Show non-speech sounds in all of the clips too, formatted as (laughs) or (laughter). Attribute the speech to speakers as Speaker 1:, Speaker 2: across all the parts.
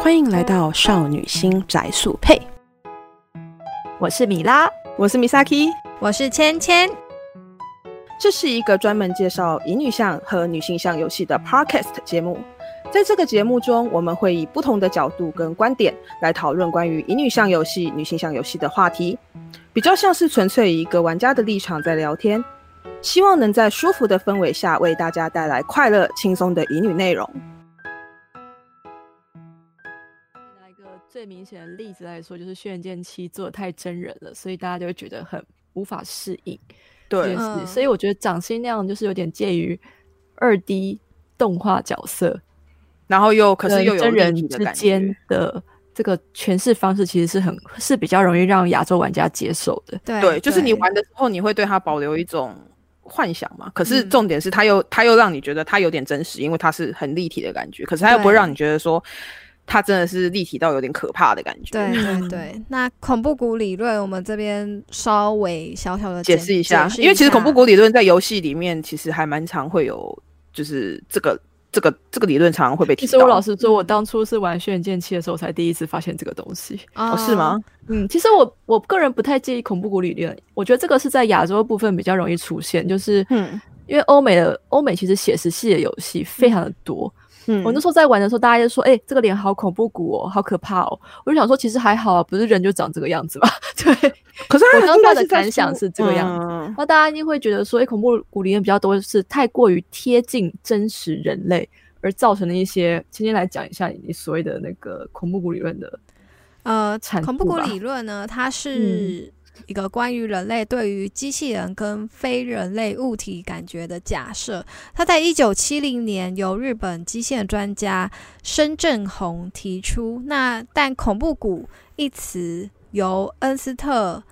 Speaker 1: 欢迎来到少女心宅速配，
Speaker 2: 我是米拉，
Speaker 1: 我是 Misaki，
Speaker 3: 我是芊芊，
Speaker 1: 这是一个专门介绍乙女向和女性向游戏的 Podcast 节目。在这个节目中，我们会以不同的角度跟观点来讨论关于乙女向游戏、女性向游戏的话题，比较像是纯粹以一个玩家的立场在聊天，希望能在舒服的氛围下为大家带来快乐、轻松的乙女内容。
Speaker 2: 拿一个最明显的例子来说，就是《轩辕剑七》做的太真人了，所以大家就会觉得很无法适应这
Speaker 1: 对
Speaker 2: 件事。
Speaker 3: 嗯
Speaker 2: 所以我觉得掌心那样就是有点介于二 D 动画角色
Speaker 1: 然后又可是
Speaker 2: 跟
Speaker 1: 又有
Speaker 2: 真人
Speaker 1: 立体的
Speaker 2: 之
Speaker 1: 感
Speaker 2: 间
Speaker 1: 觉，
Speaker 2: 的这个诠释方式，其实是很是比较容易让亚洲玩家接受的。
Speaker 3: 哎对
Speaker 1: 对，就是你玩的时候，你会对它保留一种幻想嘛。可是
Speaker 3: 嗯
Speaker 1: 重点是，它又它又让你觉得它有点真实，因为它是很立体的感觉。可是它又不会
Speaker 3: 对
Speaker 1: 让你觉得说它真的是立体到有点可怕的感觉。
Speaker 3: 对对对，那恐怖谷理论我们这边稍微小小的
Speaker 1: 解释一下，因为其实恐怖谷理论在游戏里面其实还蛮常会有，就是这个这个这个理论常常会被提
Speaker 2: 其
Speaker 1: 到。
Speaker 2: 实我老实说，我当初是玩《轩辕剑七》的时候，才第一次发现这个东西。
Speaker 3: 哦
Speaker 1: 哦是吗？？
Speaker 2: 嗯，其实我我个人不太介意恐怖谷理论，我觉得这个是在亚洲部分比较容易出现，就是
Speaker 1: 嗯
Speaker 2: 因为欧美的欧美其实写实系的游戏非常的多。
Speaker 1: 嗯
Speaker 2: 我那时候在玩的时候，大家就说：“哎、这个脸好恐怖谷哦，好可怕哦。”我就想说，其实还好啊，不是人就长这个样子吧？ (laughs) 对。
Speaker 1: 可是它
Speaker 2: 我当
Speaker 1: 应该
Speaker 2: 下的
Speaker 1: 是在
Speaker 2: 感想
Speaker 1: 说
Speaker 2: 是这个样子
Speaker 1: 嗯
Speaker 2: 那大家一定会觉得说，哎、恐怖谷理论比较多是太过于贴近真实人类。而造成的一些，今天来讲一下你所谓的那个恐怖谷理论的，
Speaker 3: 呃
Speaker 2: 产，
Speaker 3: 恐
Speaker 2: 出
Speaker 3: 怖谷
Speaker 2: 吧
Speaker 3: 理论呢，它是一个关于人类对于机器人跟非人类物体感觉的假设。它在一九七零年由日本机械专家深圳宏提出。那但恐怖谷一词由恩斯特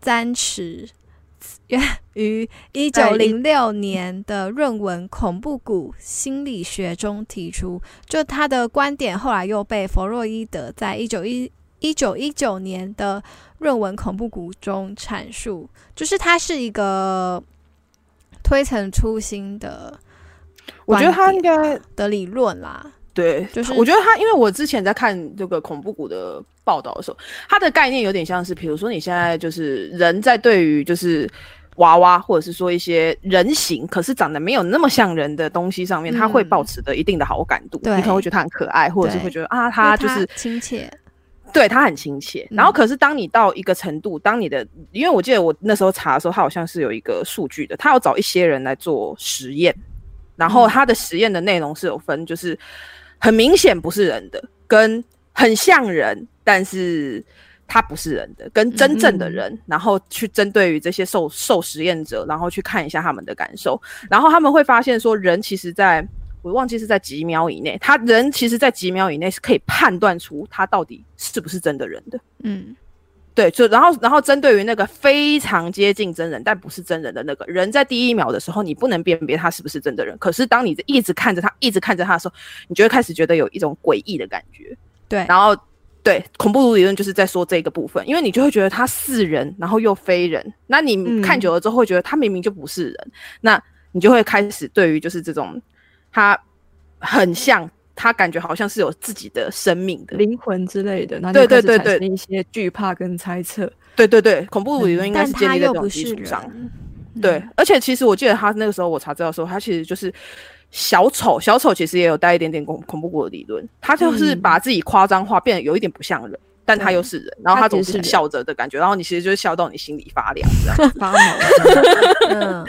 Speaker 3: 詹池。于一
Speaker 1: 哎
Speaker 3: 九零六年的论文《恐怖谷心理学》中提出，就他的观点后来又被弗洛伊德在一九一一九一九年的论文《恐怖谷》中阐述，就是它是一个推陈出新的
Speaker 1: 我觉得它
Speaker 3: 观
Speaker 1: 应
Speaker 3: 点
Speaker 1: 该
Speaker 3: 的理论啦。
Speaker 1: 对，
Speaker 3: 就是
Speaker 1: 我觉得它，因为我之前在看这个恐怖谷的报道的时候，它的概念有点像是，比如说你现在就是人在对于就是娃娃或者是说一些人形，可是长得没有那么像人的东西上面，
Speaker 3: 嗯
Speaker 1: 他会保持着一定的好感度，
Speaker 3: 对
Speaker 1: 你可能会觉得它很可爱，或者是
Speaker 3: 对
Speaker 1: 会觉得啊，
Speaker 3: 因为
Speaker 1: 它就是
Speaker 3: 它亲切，
Speaker 1: 对他很亲切。
Speaker 3: 嗯
Speaker 1: 然后可是当你到一个程度，当你的，因为我记得我那时候查的时候，他好像是有一个数据的，他要找一些人来做实验，然
Speaker 3: 嗯
Speaker 1: 后他的实验的内容是有分，就是很明显不是人的，跟很像人，但是。他不是人的，跟真正的人，然后去针对于这些受受实验者，然后去看一下他们的感受，然后他们会发现说，人其实在我忘记是在几秒以内，他人其实，在几秒以内是可以判断出他到底是不是真的人的。
Speaker 3: 嗯，
Speaker 1: 对，就然后然后针对于那个非常接近真人但不是真人的那个人，在第一秒的时候，你不能辨别他是不是真的人。可是当你一直看着他，一直看着他的时候，你就会开始觉得有一种诡异的感觉。
Speaker 3: 对，
Speaker 1: 然后对恐怖理论就是在说这个部分，因为你就会觉得他是人，然后又非人，那你
Speaker 2: 嗯
Speaker 1: 看久了之后会觉得他明明就不是人，那你就会开始对于就是这种他很像，他感觉好像是有自己的生命的。
Speaker 2: 灵魂之类的，那
Speaker 1: 对
Speaker 2: 就
Speaker 1: 对
Speaker 2: 开始
Speaker 1: 对
Speaker 2: 产
Speaker 1: 对
Speaker 2: 生一些惧怕跟
Speaker 1: (laughs)
Speaker 2: 猜测。
Speaker 1: 对对对，恐怖理论应该
Speaker 3: 嗯但
Speaker 1: 是建
Speaker 3: 它
Speaker 1: 立在
Speaker 3: 又
Speaker 1: 这
Speaker 3: 不
Speaker 1: 种
Speaker 3: 是
Speaker 1: 基础上。
Speaker 3: 人，
Speaker 2: 嗯
Speaker 1: 对，而且其实我记得他那个时候我查资料的时候，他其实就是小丑，小丑其实也有带一点点恐恐怖谷的理论，他就是
Speaker 2: 嗯
Speaker 1: 把自己夸张化，变得有一点不像人。但他
Speaker 3: 对
Speaker 1: 又是人，然后
Speaker 2: 他
Speaker 1: 他
Speaker 2: 其
Speaker 1: 总
Speaker 2: 实
Speaker 1: 是
Speaker 2: 是人
Speaker 1: 笑着的感觉，然后你其实就是笑到你心里发
Speaker 2: (laughs)
Speaker 1: 凉，这样
Speaker 2: 发毛。啊
Speaker 3: 嗯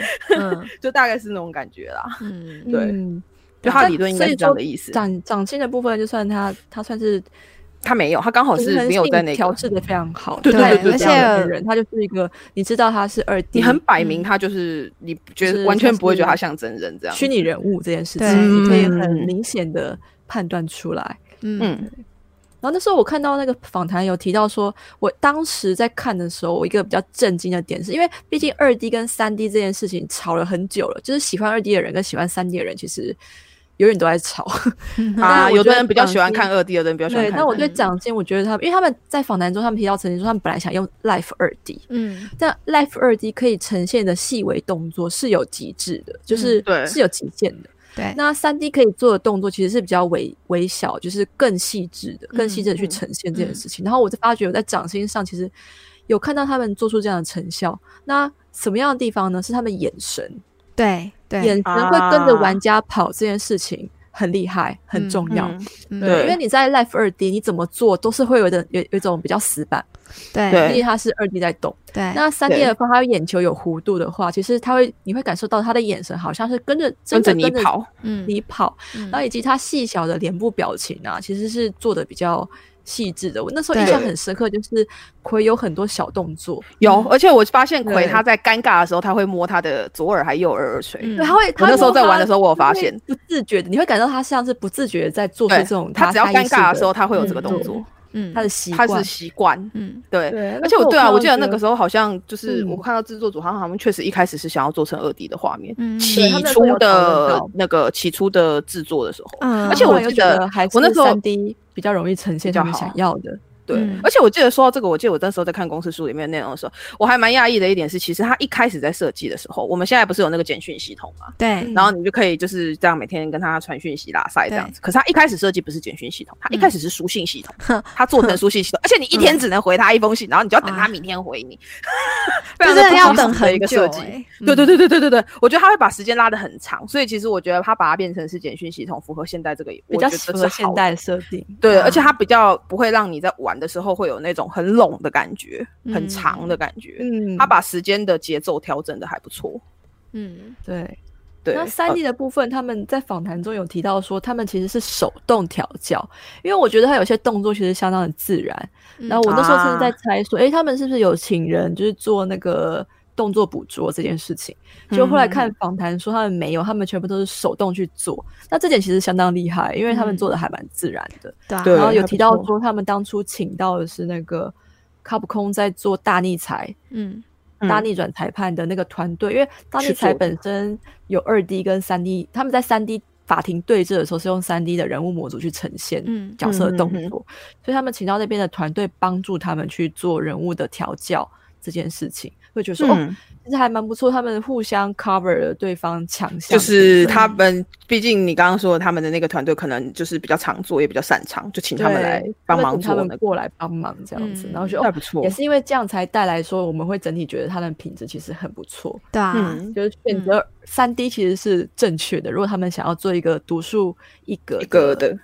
Speaker 3: 嗯
Speaker 1: 就大概是那种感觉啦。
Speaker 3: 嗯，
Speaker 1: 对
Speaker 2: 嗯，
Speaker 1: 就他的理论应该是这样的意思。
Speaker 2: 长长进的部分，就算他他算是
Speaker 1: 他没有，他刚好
Speaker 2: 就是很
Speaker 1: 没有在那
Speaker 2: 调
Speaker 1: 个，
Speaker 2: 制的非常好，
Speaker 1: 对
Speaker 2: 就是
Speaker 1: 对
Speaker 2: 他
Speaker 1: 对
Speaker 2: 就是
Speaker 1: 对
Speaker 2: 这样
Speaker 3: 而且
Speaker 2: 的人，他就是一个你知道他是二 D，
Speaker 1: 你很摆
Speaker 3: 嗯
Speaker 1: 明他就是你觉
Speaker 2: 就
Speaker 1: 得
Speaker 2: 是
Speaker 1: 完全
Speaker 2: 像
Speaker 1: 不会觉得
Speaker 2: 是
Speaker 1: 他像真人这样。
Speaker 2: 虚拟人物这件事
Speaker 3: 对
Speaker 2: 情，你可以很
Speaker 1: 嗯
Speaker 2: 明显的判断出来。
Speaker 3: 嗯
Speaker 1: 嗯
Speaker 2: 然后那时候我看到那个访谈有提到说，我当时在看的时候，我一个比较震惊的点是，因为毕竟二 D 跟三 D 这件事情吵了很久了，就是喜欢二 D 的人跟喜欢三 D 的人其实永远都在吵。
Speaker 3: 嗯
Speaker 2: 但
Speaker 1: 啊，
Speaker 2: 是我
Speaker 1: 有的
Speaker 2: 觉得
Speaker 1: 人比较喜欢
Speaker 2: 掌心
Speaker 1: 看二 D，有的人比较喜欢
Speaker 2: 对，
Speaker 1: 看。
Speaker 2: 那我对
Speaker 3: 嗯
Speaker 2: 掌心，我觉得他们，因为他们在访谈中，他们提到曾经说，他们本来想用 Life 二 D，
Speaker 3: 嗯
Speaker 2: 但 Life 二 D 可以呈现的细微动作是有极致的，就是
Speaker 1: 嗯对
Speaker 2: 是有极限的。
Speaker 3: 对，
Speaker 2: 那三 D 可以做的动作其实是比较微微小，就是更细致的、更细致的去
Speaker 1: 嗯
Speaker 2: 呈现这件
Speaker 3: 嗯
Speaker 2: 事情。然后我就发觉我在掌心上其实有看到他们做出这样的成效。那什么样的地方呢？是他们眼神，
Speaker 3: 对对，
Speaker 2: 眼神会跟着玩
Speaker 1: 啊
Speaker 2: 家跑这件事情。很厉害，很重要。
Speaker 1: 嗯
Speaker 3: 嗯
Speaker 1: 对
Speaker 2: 因为你在 Life 二 D，你怎么做都是会有的有有一种比较死板，
Speaker 3: 对
Speaker 2: 毕竟它是二 D 在动。
Speaker 3: 对，
Speaker 2: 那三 D
Speaker 1: 哎对
Speaker 2: 的话，它有眼球有弧度的话，其实它会你会感受到他的眼神好像是跟着真
Speaker 1: 跟着
Speaker 2: 的
Speaker 1: 你跑，
Speaker 3: 嗯
Speaker 2: 你跑，
Speaker 3: 嗯
Speaker 2: 然后以及他细小的脸部表情啊，其实是做的比较细致的。我那时候印
Speaker 3: 对
Speaker 2: 象很深刻，就是葵有很多小动作，
Speaker 1: 有，而且我发现葵
Speaker 2: 嗯对
Speaker 1: 他在尴尬的时候，他会摸他的左耳还右耳耳垂，
Speaker 3: 嗯
Speaker 2: 对，他会。
Speaker 1: 我那时候在玩的时
Speaker 2: 候，
Speaker 1: 候，我有发
Speaker 2: 他
Speaker 1: 现
Speaker 2: 会，不自觉的，你会感到他像是不自觉地在做出
Speaker 1: 对
Speaker 2: 这种，
Speaker 1: 他只要
Speaker 2: 下意
Speaker 1: 尴
Speaker 2: 识
Speaker 1: 尬的时候，
Speaker 2: 的
Speaker 1: 他会有这个
Speaker 3: 嗯
Speaker 1: 动
Speaker 2: 对
Speaker 1: 作，
Speaker 3: 嗯
Speaker 2: 他的习
Speaker 1: 他是
Speaker 2: 惯。
Speaker 1: 习惯，
Speaker 3: 嗯
Speaker 1: 对。
Speaker 2: 对，那
Speaker 1: 而且
Speaker 2: 时候
Speaker 1: 我对啊，
Speaker 2: 看
Speaker 1: 我
Speaker 2: 到
Speaker 1: 记得那
Speaker 2: 觉
Speaker 1: 个时候好像就是
Speaker 2: 嗯
Speaker 1: 我看到制作组，好像他们确实一开始是想要做成二 D 的画面，
Speaker 3: 嗯
Speaker 1: 起
Speaker 2: 对他们那时候
Speaker 1: 初
Speaker 2: 有讨
Speaker 1: 的
Speaker 2: 论到啊
Speaker 1: 那个起初的制作的时候，
Speaker 3: 嗯，
Speaker 1: 而且
Speaker 2: 后
Speaker 1: 我
Speaker 2: 来又
Speaker 1: 记
Speaker 2: 觉
Speaker 1: 得
Speaker 2: 还
Speaker 1: 我那时候
Speaker 2: 三 D 比较容易呈现
Speaker 1: 比较
Speaker 2: 他们
Speaker 1: 好
Speaker 2: 想要的。
Speaker 1: 对，
Speaker 3: 嗯
Speaker 1: 而且我记得说到这个，我记得我那时候在看公司书里面的内容的时候，我还蛮讶异的一点是，其实他一开始在设计的时候，我们现在不是有那个简讯系统嘛，
Speaker 2: 嗯
Speaker 3: 对
Speaker 1: 然后你就可以就是这样每天跟他传讯息拉塞这样子。可是他一开始设计不是简讯系统，
Speaker 2: 嗯
Speaker 1: 他一开始是书信系统，他做成书信系统，而且你一天只能回他一封信，然后你就要等他明天回
Speaker 2: (laughs)
Speaker 1: 你，非常不平衡
Speaker 3: 就真的要等
Speaker 1: 的一
Speaker 3: 很
Speaker 1: 个
Speaker 3: 久
Speaker 1: 设计。
Speaker 3: 欸，
Speaker 1: 对
Speaker 3: 嗯
Speaker 1: 对对对对对对，我觉得他会把时间拉得很长，所以其实我觉得他把它变成是简讯系统，符合现代这个，
Speaker 2: 比
Speaker 1: 我
Speaker 2: 较
Speaker 1: 觉得
Speaker 2: 符
Speaker 1: 是好
Speaker 2: 合现嗯
Speaker 1: 的
Speaker 2: 代设定。
Speaker 1: 对，
Speaker 3: 啊
Speaker 1: 而且它比较不会让你在玩的时候会有那种很拢的感觉，很长的感觉。
Speaker 2: 嗯
Speaker 1: 它把时间的节奏调整的还不错。
Speaker 3: 嗯
Speaker 2: 对。
Speaker 1: 对，啊呃
Speaker 2: 那三 D 的部分，他们在访谈中有提到说，他们其实是手动调教，因为我觉得他有些动作其实相当的自然。
Speaker 3: 嗯
Speaker 2: 然后我那时候甚至在
Speaker 1: 啊
Speaker 2: 猜说，诶，他们是不是有请人就是做那个动作捕捉这件事情？就后来看访谈说他们没有，他们全部都是手动去做。那这点其实相当厉害，因为他们
Speaker 3: 嗯
Speaker 2: 做的还蛮自然的。
Speaker 3: 对啊
Speaker 1: 对
Speaker 2: 然后
Speaker 1: 还
Speaker 2: 有
Speaker 1: 不
Speaker 2: 提到
Speaker 1: 错
Speaker 2: 说，他们当初请到的是那个卡普空在做大逆才，
Speaker 3: 嗯
Speaker 2: 大
Speaker 1: 嗯
Speaker 2: 逆转裁判的那个团队，因为大逆
Speaker 1: 去
Speaker 2: 裁
Speaker 1: 做的
Speaker 2: 本身有二 D 跟三 D，他们在三 D 法庭对峙的时候是用三 D 的人物模组去呈现
Speaker 3: 嗯
Speaker 2: 角色的动
Speaker 1: 嗯嗯嗯
Speaker 2: 作，所以他们请到那边的团队帮助他们去做人物的调教这件事情，会觉得说、哦
Speaker 1: 嗯，
Speaker 2: 其实还蛮不错，他们互相 cover 了对方强
Speaker 1: 就
Speaker 2: 项，
Speaker 1: 是
Speaker 3: 对
Speaker 1: 他们，毕竟你刚刚说的他们的那个团队可能就是比较常做，也比较擅长，就请他们
Speaker 2: 对
Speaker 1: 来帮忙
Speaker 2: 请他
Speaker 1: 做
Speaker 2: 们
Speaker 1: 那个，
Speaker 2: 过来帮忙这样子，
Speaker 3: 嗯
Speaker 2: 然后就
Speaker 1: 那还
Speaker 2: 哦。
Speaker 1: 不错
Speaker 2: 也。是因为这样才带来说，我们会整体觉得他们品质其实很不错。
Speaker 3: 对啊，
Speaker 1: 嗯，
Speaker 2: 就是选择三 D 其实是正确的。如果他们想要做一个独树一格
Speaker 1: 一个的，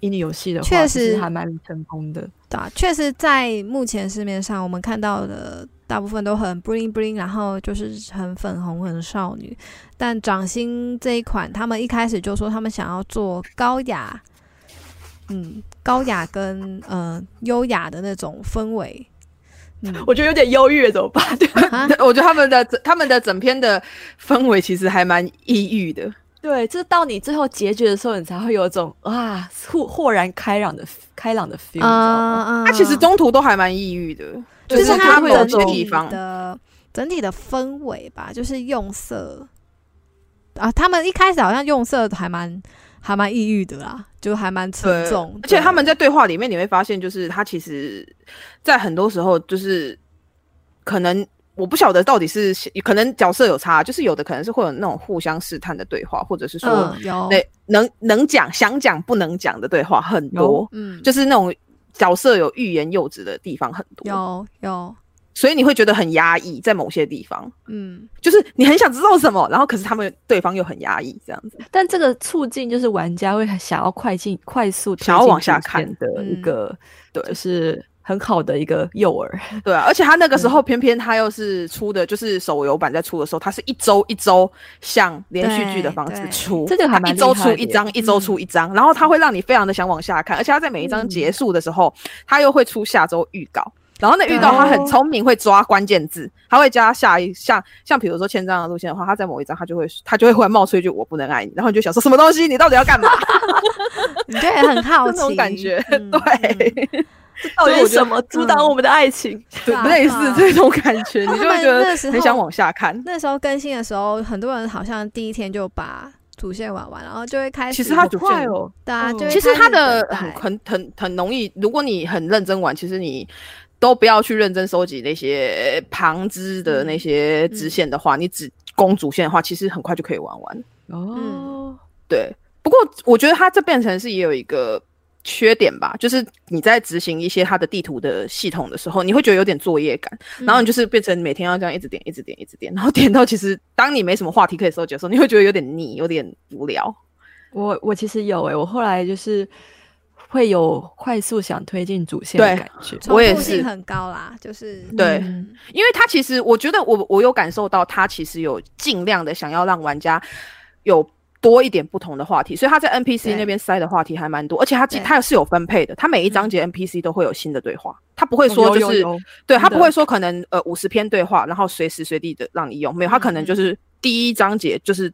Speaker 2: 迷你游戏的话，
Speaker 3: 确
Speaker 2: 其
Speaker 3: 实
Speaker 2: 还蛮成功的。
Speaker 3: 对啊，确实在目前市面上我们看到的大部分都很 bling bling，然后就是很粉红、很少女。但掌心这一款，他们一开始就说他们想要做高雅，嗯，高雅跟呃优雅的那种氛围。嗯，
Speaker 2: 我觉得有点忧郁了，怎么办？ (laughs) 对
Speaker 1: (laughs)
Speaker 3: 啊，
Speaker 1: 我觉得他们的他们的整篇的氛围其实还蛮抑郁的。
Speaker 2: 对，就是到你最后结局的时候，你才会有一种啊豁豁然开朗的开朗的 feel，、你
Speaker 1: 他其实中途都还蛮抑郁的，
Speaker 2: 啊就
Speaker 1: 就是他
Speaker 2: 是
Speaker 3: 它
Speaker 1: 某
Speaker 2: 会有
Speaker 3: 整
Speaker 1: 些
Speaker 2: 种
Speaker 1: 地
Speaker 3: 体
Speaker 1: 方
Speaker 3: 的整体的氛围吧，就是用色啊，他们一开始好像用色还蛮还蛮抑郁的啦，就还蛮沉
Speaker 1: 对
Speaker 3: 重，
Speaker 1: 而且他
Speaker 3: 对
Speaker 1: 们在对话里面，你会发现，就是他其实，在很多时候，就是可能我不晓得到底是可能角色有差，就是有的可能是会有那种互相试探的对话，或者是说，
Speaker 3: 嗯有
Speaker 1: 那、能能讲想讲不能讲的对话很多，
Speaker 3: 嗯
Speaker 1: 就是那种角色有欲言又止的地方很多，
Speaker 3: 有有
Speaker 1: 所以你会觉得很压抑，在某些地方。
Speaker 3: 嗯
Speaker 1: 就是你很想知道什么，然后可是他们对方又很压抑，这样子。
Speaker 2: 知道吗但这个促进就是玩家会想要快进、快速推
Speaker 1: 想要
Speaker 2: 进
Speaker 1: 往
Speaker 2: 主
Speaker 1: 下看
Speaker 2: 线的一
Speaker 3: 嗯
Speaker 2: 个，
Speaker 1: 对
Speaker 2: 就是很好的一个诱饵。
Speaker 1: 对啊，而且他那个时
Speaker 3: 嗯
Speaker 1: 候偏偏他又是出的，就是手游版在出的时候，他是一周一周像连续剧的方式
Speaker 3: 对
Speaker 1: 出，
Speaker 2: 对这个还
Speaker 1: 它
Speaker 2: 蛮
Speaker 1: 一周
Speaker 2: 厉害
Speaker 1: 出
Speaker 2: 的
Speaker 1: 一
Speaker 3: 嗯
Speaker 1: 张，一周出一张，然后他会让你非常的想往下看，而且他在每一张
Speaker 2: 嗯
Speaker 1: 结束的时候，他又会出下周预告。然后那预告
Speaker 2: 对
Speaker 1: 他很聪明，会抓关键字，他会加下一像像比如说千章的路线的话，他在某一张他就会他就会忽然冒出一句我不能爱你，然后你就想说什么东西，你到底要干嘛？
Speaker 3: 你就也很 (laughs)
Speaker 1: (laughs)
Speaker 3: 好
Speaker 1: 那
Speaker 3: 奇
Speaker 1: 种感觉，
Speaker 3: 嗯
Speaker 1: 对
Speaker 3: 嗯，
Speaker 2: 这 (laughs) 到
Speaker 1: 所以
Speaker 2: 底
Speaker 1: 我
Speaker 2: 是
Speaker 1: 觉得
Speaker 2: 什么阻挡我们的爱情？
Speaker 1: (laughs) 对
Speaker 3: 啊
Speaker 1: 类似
Speaker 3: 对
Speaker 1: 这
Speaker 3: 啊
Speaker 1: 种感觉，你
Speaker 3: 他
Speaker 1: 就会
Speaker 3: 们
Speaker 1: 觉得
Speaker 3: 那时
Speaker 1: 很想
Speaker 3: 候
Speaker 1: 往下看。
Speaker 3: 那时候更新的时候，很多人好像第一天就把主线玩完，然后就会开始
Speaker 1: 其实它
Speaker 2: 好
Speaker 1: 主
Speaker 2: 快
Speaker 1: 线
Speaker 2: 哦，
Speaker 3: 对啊，
Speaker 2: 嗯
Speaker 3: 就会
Speaker 1: 其实
Speaker 3: 开始
Speaker 1: 它的
Speaker 3: 等
Speaker 1: 很
Speaker 3: 待
Speaker 1: 很很很容易，如果你很认真玩，其实你都不要去认真收集那些旁支的嗯那些支线的话，你只攻主线的话，其实很快就可以玩完。
Speaker 2: 哦。
Speaker 3: 嗯
Speaker 1: 对，不过我觉得它这变成是也有一个缺点吧，就是你在执行一些它的地图的系统的时候，你会觉得有点作业感，然后你就是变成每天要这样一直点、一直点、一直点，然后点到其实当你没什么话题可以收集的时候，你会觉得有点腻、有点无聊。
Speaker 2: 我我其实有诶、我后来就是会有快速想推进主线的
Speaker 1: 对
Speaker 2: 感觉。
Speaker 3: 重
Speaker 1: 我也
Speaker 3: 复性
Speaker 1: 是
Speaker 3: 很高啦，就是
Speaker 1: 对
Speaker 3: 嗯
Speaker 1: 因为他其实，我觉得我我有感受到，他其实有尽量的想要让玩家有多一点不同的话题，所以他在 NPC
Speaker 3: 对
Speaker 1: 那边塞的话题还蛮多，而且他
Speaker 3: 对
Speaker 1: 他是有分配的，他每一章节 NPC 都会有新的对话，他不会
Speaker 2: 嗯哦有
Speaker 1: 说就
Speaker 2: 有
Speaker 1: 是
Speaker 2: 有
Speaker 1: 对他
Speaker 2: 真
Speaker 1: 不
Speaker 2: 的
Speaker 1: 会说可能呃五十篇对话，然后随时随地的让你用，没有，他可能
Speaker 2: 嗯
Speaker 1: 就是第一章节就是。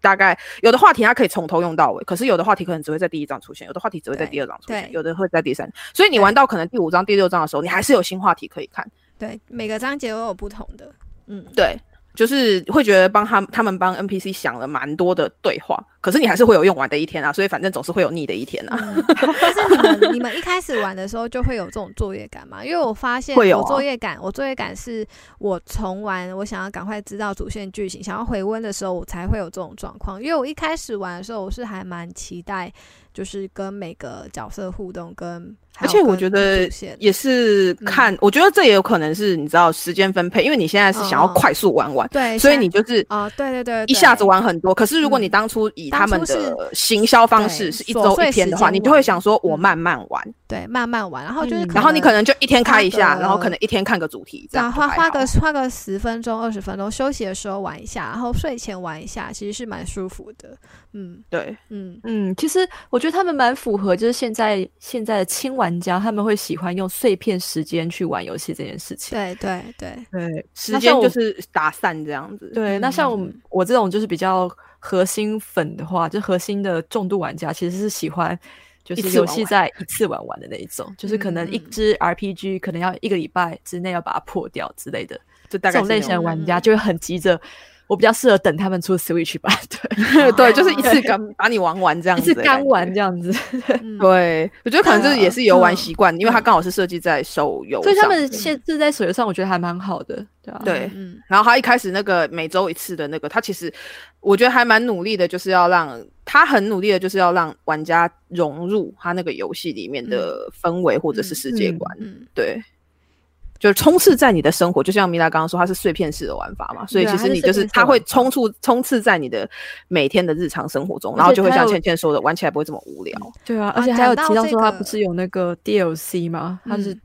Speaker 1: 大概有的话题它可以从头用到尾，可是有的话题可能只会在第一章出现，有的话题只会在
Speaker 3: 对
Speaker 1: 第二章出现
Speaker 3: 对，
Speaker 1: 有的会在第三。所以你
Speaker 3: 对
Speaker 1: 玩到可能第五章、第六章的时候，你还是有新话题可以看。
Speaker 3: 对，每个章节都有不同的，嗯，
Speaker 1: 对，就是会觉得帮他他们帮 NPC 想了蛮多的对话，可是你还是会有用完的一天啊，所以反正总是会有腻的一天啊。 (laughs)
Speaker 3: 嗯但是你们你们一开始玩的时候就会有这种作业感嘛？因为我发现
Speaker 1: 会有
Speaker 3: 我
Speaker 1: 啊
Speaker 3: 作业感，我作业感是我重玩，我想要赶快知道主线剧情，想要回温的时候，我才会有这种状况。因为我一开始玩的时候，我是还蛮期待，就是跟每个角色互动跟，还
Speaker 1: 而
Speaker 3: 有
Speaker 1: 且我
Speaker 3: 跟
Speaker 1: 觉得
Speaker 3: 主线
Speaker 1: 也是看，
Speaker 3: 嗯
Speaker 1: 我觉得这也有可能是你知道时间分配，因为你现在是想要
Speaker 3: 嗯
Speaker 1: 快速玩完，
Speaker 3: 对，
Speaker 1: 所以
Speaker 3: 像
Speaker 1: 你就是。
Speaker 3: 哦，对对对，
Speaker 1: 一下子
Speaker 3: 对
Speaker 1: 玩很多，可是如果你
Speaker 3: 嗯
Speaker 1: 当初以他们
Speaker 3: 当初是
Speaker 1: 的行销方式
Speaker 3: 对
Speaker 1: 是一
Speaker 3: 琐
Speaker 1: 周
Speaker 3: 碎
Speaker 1: 一天的
Speaker 3: 时
Speaker 1: 话，
Speaker 3: 间
Speaker 1: 你就
Speaker 3: 玩
Speaker 1: 会想说，我
Speaker 3: 嗯
Speaker 1: 慢慢玩，
Speaker 3: 对慢慢玩，然后就是
Speaker 2: 嗯
Speaker 1: 然后你可能就一天
Speaker 3: 花
Speaker 1: 开一下，
Speaker 3: 个
Speaker 1: 然后可能一天看个主题，这
Speaker 3: 对啊，
Speaker 1: 样就
Speaker 3: 花
Speaker 1: 还
Speaker 3: 花
Speaker 1: 好
Speaker 3: 个花个十分钟、二十分钟，休息的时候玩一下，然后睡前玩一下，其实是蛮舒服的。嗯
Speaker 1: 对，
Speaker 3: 嗯，
Speaker 2: 嗯，其实我觉得他们蛮符合，就是现在现在的轻玩家，他们会喜欢用碎片时间去玩游戏这件事情。
Speaker 3: 对对对，
Speaker 1: (laughs)
Speaker 2: 对
Speaker 1: 时
Speaker 2: 那
Speaker 1: 间
Speaker 2: 像
Speaker 1: 就
Speaker 2: 我
Speaker 1: 是打散这样子。
Speaker 2: 对，那像我们
Speaker 3: 嗯
Speaker 2: 我这种就是比较核心粉的话，就核心的重度玩家，其实是喜欢就
Speaker 1: 一
Speaker 2: 是
Speaker 1: 次
Speaker 2: 游
Speaker 1: 玩
Speaker 2: 戏
Speaker 1: 完
Speaker 2: 在一次玩完的那一种，就是可能一
Speaker 3: 嗯嗯
Speaker 2: 支 RPG 可能要一个礼拜之内要把它破掉之类的。
Speaker 1: 就大
Speaker 2: 这
Speaker 1: 概
Speaker 2: 种
Speaker 1: 是
Speaker 2: 类
Speaker 1: 那
Speaker 2: 型的
Speaker 1: 种
Speaker 2: 玩
Speaker 3: 嗯
Speaker 2: 家
Speaker 3: 嗯
Speaker 2: 就会很急着，我比较适合等他们出 Switch 吧，对，
Speaker 1: 对，就是一
Speaker 3: 哦
Speaker 1: 次刚把你玩完这样
Speaker 2: 一
Speaker 1: 子
Speaker 2: 次
Speaker 1: 的感觉，
Speaker 2: 干玩这样子。
Speaker 1: (laughs)
Speaker 2: 嗯
Speaker 3: 嗯，
Speaker 1: 对，我觉得可能就是也是游玩习惯，因为它刚好是设计在手游
Speaker 2: 所
Speaker 1: 上，
Speaker 2: 以他们现在在手游上，我觉得还蛮好的，对啊。
Speaker 1: 嗯对
Speaker 3: 嗯，
Speaker 1: 然后他一开始那个每周一次的那个，他其实我觉得还蛮努力的，就是要让他很努力的，就是要让玩家融入他那个游戏里面
Speaker 2: 嗯
Speaker 1: 的氛围或者是世界观，
Speaker 3: 嗯嗯，
Speaker 1: 对。就是充斥在你的生活，就像米拉刚刚说，它是碎片式的玩法嘛，所以
Speaker 2: 对啊
Speaker 1: 其实你就是
Speaker 2: 它是碎片式的玩法
Speaker 1: 它会冲出充斥在你的每天的日常生活中，然后就会
Speaker 2: 它
Speaker 1: 像
Speaker 2: 有
Speaker 1: 倩倩说的，玩起来不会这么无聊。
Speaker 2: 对啊，
Speaker 3: 啊
Speaker 2: 而且还有
Speaker 3: 讲
Speaker 2: 提
Speaker 3: 到
Speaker 2: 到
Speaker 3: 这
Speaker 2: 说，他
Speaker 3: 个
Speaker 2: 不是有那个 DLC 吗？他是
Speaker 3: 嗯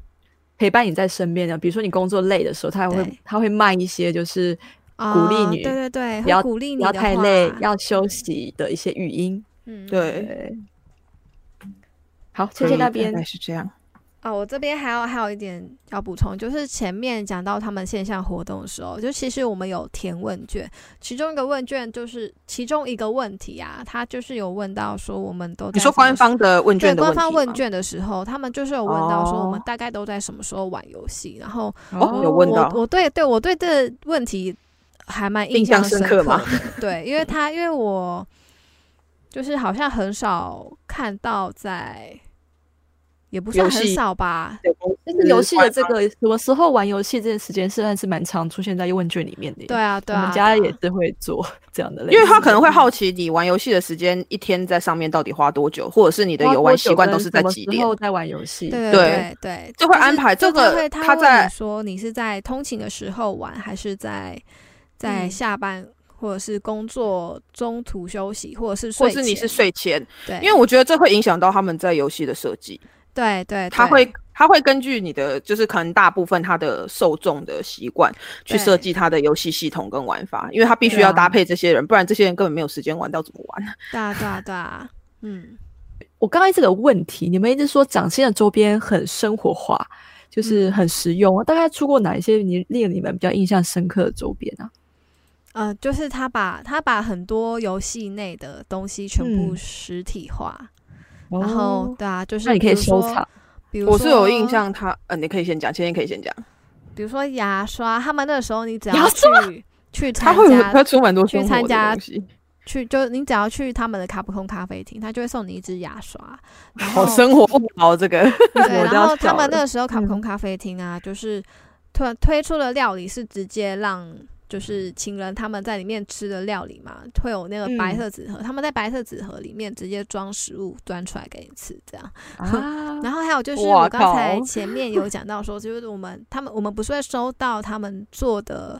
Speaker 2: 陪伴你在身边的，比如说你工作累的时候，他还
Speaker 3: 对
Speaker 2: 会他会卖一些就是鼓
Speaker 3: 哦
Speaker 2: 励你
Speaker 3: 对对对，
Speaker 2: 不
Speaker 3: 会
Speaker 2: 要
Speaker 3: 鼓励
Speaker 2: 不
Speaker 3: 你
Speaker 2: 要
Speaker 3: 的
Speaker 2: 太
Speaker 3: 话
Speaker 2: 累，要休息的一些语音。
Speaker 3: 嗯，
Speaker 1: 对
Speaker 2: 对，好，倩倩
Speaker 1: 所以
Speaker 2: 那边
Speaker 1: 大概是这样。
Speaker 3: 哦，我这边还有还有一点要补充，就是前面讲到他们线下活动的时候，就其实我们有填问卷，其中一个问卷就是其中一个问题啊，他就是有问到说我们都
Speaker 1: 你
Speaker 3: 在
Speaker 1: 说
Speaker 3: 什么
Speaker 1: 官方的问
Speaker 3: 对
Speaker 1: 卷的
Speaker 3: 官
Speaker 1: 问题吗
Speaker 3: 方问卷的时候，他们就是有问到说
Speaker 1: 哦
Speaker 3: 我们大概都在什么时候玩游戏，然后
Speaker 1: 哦有问到
Speaker 3: 我我对对我对这个问题还蛮
Speaker 1: 印
Speaker 3: 象
Speaker 1: 象深
Speaker 3: 刻
Speaker 1: 刻
Speaker 3: 的
Speaker 1: 吗？
Speaker 2: (laughs)
Speaker 3: 对，因为他因为我就是好像很少看到在，也不算
Speaker 1: 游
Speaker 3: 很
Speaker 1: 戏
Speaker 3: 少吧，
Speaker 2: 但是游戏的这个什么时候玩游戏这件时间，虽然是蛮常出现在问卷里面的。
Speaker 3: 对，啊对
Speaker 2: 我
Speaker 3: 啊，
Speaker 2: 们
Speaker 3: 对
Speaker 2: 家
Speaker 3: 啊
Speaker 2: 也是会做 (laughs) 这样的类似的，
Speaker 1: 因为他可能会好奇你玩游戏的时间一天在上面到底花多久，或者是你的游玩习惯都是在几
Speaker 2: 然
Speaker 1: 点？
Speaker 2: 后在玩游戏。
Speaker 3: 对对
Speaker 1: 对
Speaker 3: 对，
Speaker 1: 就会
Speaker 3: 是
Speaker 1: 安排
Speaker 3: 就
Speaker 1: 这个
Speaker 3: 他会
Speaker 1: 他
Speaker 3: 他会问
Speaker 1: 在
Speaker 3: 你说你是在通勤的时候玩，还是在在
Speaker 2: 嗯
Speaker 3: 下班或者是工作中途休息，或者是
Speaker 1: 或
Speaker 3: 睡
Speaker 1: 是你是
Speaker 3: 前
Speaker 1: 睡前，
Speaker 3: 对，
Speaker 1: 因为我觉得这会影响到他们在游戏的设计，
Speaker 3: 对对
Speaker 1: 他
Speaker 3: 哎对
Speaker 1: 会他会根据你的就是可能大部分他的受众的习惯去
Speaker 3: 对
Speaker 1: 设计他的游戏系统跟玩法，因为他必须要
Speaker 2: 对啊
Speaker 1: 搭配这些人，不然这些人根本没有时间玩到怎么玩。
Speaker 3: 对啊对啊对啊，嗯，
Speaker 2: 我刚才这个问题，你们一直说掌心的周边很生活化，就是
Speaker 3: 嗯
Speaker 2: 很实用啊。大概出过哪一些你令你们比较印象深刻的周边啊？
Speaker 3: 呃，就是他把他把很多游戏内的东西全部
Speaker 2: 嗯
Speaker 3: 实体化，然后
Speaker 2: 哦，
Speaker 3: 对啊，就是
Speaker 2: 那你可以
Speaker 3: 比如
Speaker 2: 收
Speaker 3: 说
Speaker 2: 藏。
Speaker 3: 比如
Speaker 1: 我是有印
Speaker 3: 说，
Speaker 1: 象他，呃，你可以先讲，倩倩可以先讲，
Speaker 3: 比如说牙刷，他们那时候你只要
Speaker 2: 牙
Speaker 3: 去去
Speaker 1: 他
Speaker 3: 参
Speaker 1: 会有他
Speaker 3: 加
Speaker 1: 出蛮多
Speaker 3: 去
Speaker 1: 生活
Speaker 3: 参
Speaker 1: 的
Speaker 3: 加
Speaker 1: 东西，
Speaker 3: 去，就你只要去他们的卡普空咖啡厅，他就会送你一支牙刷，
Speaker 1: (laughs)
Speaker 3: 然
Speaker 1: 好
Speaker 3: 后
Speaker 1: 生活不薄这个。
Speaker 3: 对，
Speaker 2: 我
Speaker 3: 然
Speaker 2: 都要
Speaker 3: 后他
Speaker 2: 笑
Speaker 3: 们
Speaker 1: 嗯
Speaker 2: 了
Speaker 3: 那时候卡普空咖啡厅啊，就是推推出的料理是直接让就是情人他们在里面吃的料理嘛，会有那个
Speaker 1: 嗯
Speaker 3: 白色纸盒，他们在白色纸盒里面直接装食物端出来给你吃，这样。
Speaker 2: (laughs) 啊，
Speaker 3: 然后还有就是
Speaker 1: 哇
Speaker 3: 我刚才
Speaker 1: 靠
Speaker 3: 前面有讲到说，就是我们他们我们不是会收到他们做的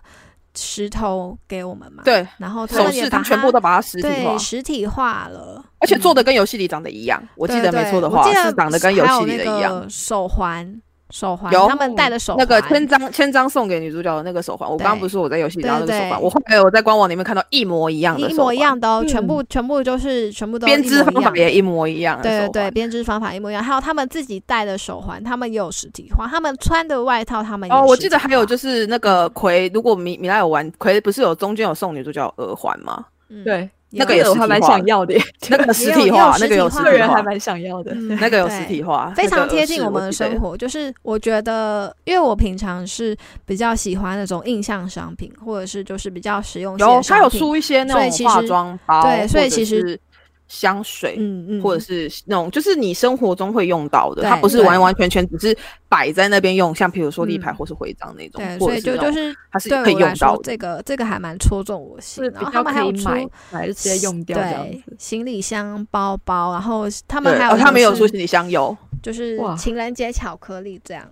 Speaker 3: 石头给我们
Speaker 1: (laughs)
Speaker 3: 嘛？。
Speaker 1: 对，
Speaker 3: 然后他
Speaker 1: 手
Speaker 3: 们也
Speaker 1: 势
Speaker 3: 把
Speaker 1: 他
Speaker 3: 它
Speaker 1: 全部都把它实体化
Speaker 3: 对，实体化了，
Speaker 1: 而且做
Speaker 3: 的
Speaker 1: 的跟游戏里长得一样。我
Speaker 3: 我
Speaker 1: 记得没错的话，
Speaker 3: 我记
Speaker 1: 是长得跟游戏里的一
Speaker 3: 还有
Speaker 1: 样
Speaker 3: 那。个手环，手环，
Speaker 1: 有
Speaker 3: 他们戴的手
Speaker 1: 那
Speaker 3: 环，
Speaker 1: 个千张千张送给女主角的那个手环，我
Speaker 3: 对
Speaker 1: 刚刚不是说我在游戏里拿到那个手
Speaker 3: 对
Speaker 1: 环，
Speaker 3: 对
Speaker 1: 我后来我在官网里面看到一模一样的
Speaker 3: 一
Speaker 1: 手
Speaker 3: 模
Speaker 1: 环
Speaker 3: 一，样的哦，
Speaker 2: 嗯
Speaker 3: 全部全部就是全部都
Speaker 1: 编
Speaker 3: 一
Speaker 1: 织
Speaker 3: 模
Speaker 1: 方法
Speaker 3: 一样
Speaker 1: 也一模一样的
Speaker 3: 对对
Speaker 1: 手环
Speaker 3: 对，编织方法一模一样，还有他们自己戴的手环，他们也有实体化，他们穿的外套他们也
Speaker 1: 哦，我
Speaker 3: 实
Speaker 1: 记得
Speaker 3: 体
Speaker 1: 还有
Speaker 3: 化
Speaker 1: 就是那个葵，如果米米拉有玩葵，不是有中间有送女主角耳环吗？
Speaker 3: 嗯
Speaker 2: 对，
Speaker 1: 那个也
Speaker 2: 那
Speaker 1: 实
Speaker 2: 我
Speaker 1: 体
Speaker 2: 还蛮
Speaker 1: 化
Speaker 2: 想
Speaker 1: 的
Speaker 2: 要的耶，
Speaker 1: 那个 (laughs) 实体化，那个有实
Speaker 3: 化
Speaker 2: 个
Speaker 1: 体
Speaker 2: 人还
Speaker 1: 化，
Speaker 2: 蛮想要的。
Speaker 3: 嗯
Speaker 1: 那个有实
Speaker 3: 对
Speaker 1: 体化，
Speaker 3: 非常
Speaker 1: 那个
Speaker 3: 贴近
Speaker 1: 是
Speaker 3: 我
Speaker 1: 我
Speaker 3: 们的生
Speaker 1: 活。
Speaker 3: 活。就是我觉得，因为我平常是比较喜欢那种印象商品，或者是就是比较实用性
Speaker 1: 有
Speaker 3: 的
Speaker 1: 它
Speaker 3: 商
Speaker 1: 有
Speaker 3: 品。
Speaker 1: 出一些那
Speaker 3: 所以
Speaker 1: 种
Speaker 3: 其
Speaker 1: 化
Speaker 3: 实
Speaker 1: 妆包，
Speaker 3: 对所以
Speaker 1: 或者
Speaker 3: 其实
Speaker 1: 是香水，
Speaker 3: 嗯嗯，
Speaker 1: 或者是那种就是你生活中会用到的，
Speaker 3: 对
Speaker 1: 它不是
Speaker 3: 对
Speaker 1: 完完全全只是摆在那边用，像譬如说立牌
Speaker 3: 嗯
Speaker 1: 或是徽章那种，
Speaker 3: 对，
Speaker 1: 或
Speaker 3: 所
Speaker 1: 者
Speaker 3: 以就
Speaker 1: 那
Speaker 3: 是就
Speaker 1: 种
Speaker 3: 是
Speaker 1: 它是可
Speaker 3: 对
Speaker 1: 以
Speaker 3: 我
Speaker 1: 用
Speaker 3: 来
Speaker 1: 到
Speaker 3: 说，
Speaker 1: 的。
Speaker 3: 这个这个还蛮戳中我心
Speaker 2: 是。
Speaker 3: 然
Speaker 2: 比
Speaker 3: 后他
Speaker 2: 较
Speaker 3: 们还
Speaker 2: 可
Speaker 3: 有
Speaker 2: 以
Speaker 3: 出
Speaker 2: 买，买就直接用掉这样
Speaker 3: 对
Speaker 2: 子。
Speaker 3: 行李箱、包包，然后他们
Speaker 1: 对，
Speaker 3: 还
Speaker 1: 哦，
Speaker 3: 有
Speaker 1: 它没有
Speaker 3: 就
Speaker 1: 出
Speaker 3: 是
Speaker 1: 行李箱有，
Speaker 3: 就是
Speaker 2: 哇
Speaker 3: 情人节巧克力这样。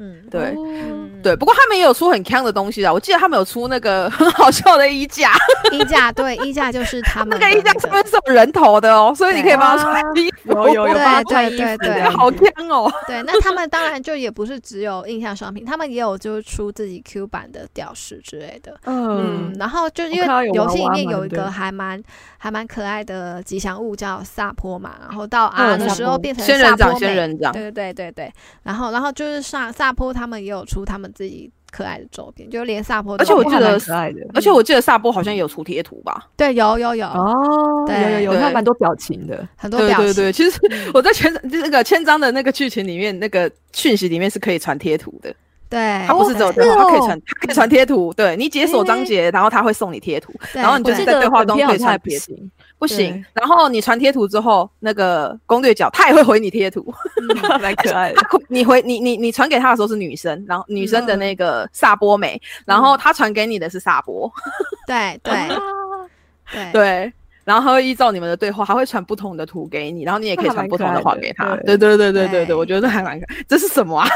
Speaker 3: 嗯，
Speaker 1: 对
Speaker 2: 哦
Speaker 3: 嗯，
Speaker 1: 对， (laughs) 不过他们也有出很坑的东西啊，我记得他们有出那个很好笑的衣架，
Speaker 3: 衣架对衣架就是他
Speaker 1: 那
Speaker 3: 们
Speaker 1: 个
Speaker 3: 的
Speaker 1: 衣架上面是有人头的哦，所以你可以帮他穿衣服，
Speaker 2: 有有有
Speaker 3: 哦对
Speaker 2: 帮他穿
Speaker 3: 对
Speaker 2: 衣
Speaker 3: 对
Speaker 2: 服
Speaker 3: 对
Speaker 2: 这
Speaker 1: 那
Speaker 2: 样
Speaker 1: 个好
Speaker 2: 子
Speaker 1: 坑哦。
Speaker 3: 对，那他们当然就也不是只有印象商品，他们也有就是出自己 Q 版的吊饰之类的。嗯
Speaker 2: 嗯，，
Speaker 3: 然后就因
Speaker 2: 我看到
Speaker 3: 为
Speaker 2: 有
Speaker 3: 游
Speaker 2: 娃
Speaker 3: 戏里
Speaker 2: 娃
Speaker 3: 面
Speaker 2: 嘛
Speaker 3: 有
Speaker 2: 对
Speaker 3: 一
Speaker 2: 不
Speaker 3: 个
Speaker 2: 对
Speaker 3: 还蛮还蛮可爱的吉祥物叫萨坡嘛，然后到啊
Speaker 2: 嗯
Speaker 3: 的
Speaker 2: 萨
Speaker 3: 时候
Speaker 2: 坡
Speaker 3: 变成
Speaker 1: 仙
Speaker 3: 萨
Speaker 1: 人掌，
Speaker 3: 坡
Speaker 1: 仙
Speaker 3: 妹
Speaker 1: 人掌，
Speaker 3: 对对对对对，然后然后就是萨萨坡他们也有出他们自己可爱的周边，就连萨坡
Speaker 1: 而
Speaker 3: 都
Speaker 1: 且我
Speaker 3: 有
Speaker 1: 记
Speaker 2: 还
Speaker 1: 得
Speaker 2: 蛮
Speaker 1: 是
Speaker 2: 可爱的
Speaker 3: 嗯
Speaker 1: 而且我记得萨波好像也有出贴图吧？
Speaker 3: 对有有有
Speaker 2: 哦，有有
Speaker 3: 对
Speaker 2: 有，他
Speaker 1: 对
Speaker 2: 蛮多表情的，
Speaker 3: 很多
Speaker 1: 对
Speaker 3: 表
Speaker 1: 对
Speaker 3: 情，
Speaker 1: 对，其实
Speaker 3: 嗯
Speaker 1: 我在千那个千章的那个剧情里面，那个讯息里面是可以传贴图的。
Speaker 3: 对，
Speaker 1: 它不是只有
Speaker 3: 对
Speaker 1: 对话，它可以
Speaker 2: 哦哎
Speaker 1: 传，它可以传贴图。对你解锁章节，然后它会送你贴图，
Speaker 3: 对
Speaker 1: 然后你就
Speaker 2: 我
Speaker 1: 是
Speaker 2: 记
Speaker 3: 对
Speaker 1: 在
Speaker 2: 得
Speaker 1: 对话
Speaker 2: 本
Speaker 1: 中可
Speaker 2: 片好
Speaker 1: 以
Speaker 2: 像
Speaker 1: 传
Speaker 2: 还不
Speaker 1: 别的
Speaker 2: 行，
Speaker 1: 不行
Speaker 2: 对。
Speaker 1: 然后你传贴图之后，那个攻略角它也会回你贴图。
Speaker 3: 嗯
Speaker 2: (laughs) 蛮可爱的
Speaker 1: 它。回你回你你你传给他的时候是女生，然后女生
Speaker 2: 嗯
Speaker 1: 的那个萨波美，然后他传给你的是萨波，
Speaker 3: 对对
Speaker 2: 哎
Speaker 3: 对
Speaker 1: (laughs) 对。然后他会依照你们的对话，他会传不同的图给你，然后你也可以
Speaker 2: 那还
Speaker 1: 传
Speaker 2: 蛮
Speaker 1: 不同的
Speaker 2: 可爱
Speaker 1: 话
Speaker 2: 的
Speaker 1: 给他。对
Speaker 2: 对
Speaker 1: 对对
Speaker 2: 哎
Speaker 1: 对对对，
Speaker 3: 对
Speaker 1: 我觉得还蛮可爱。这是什么啊？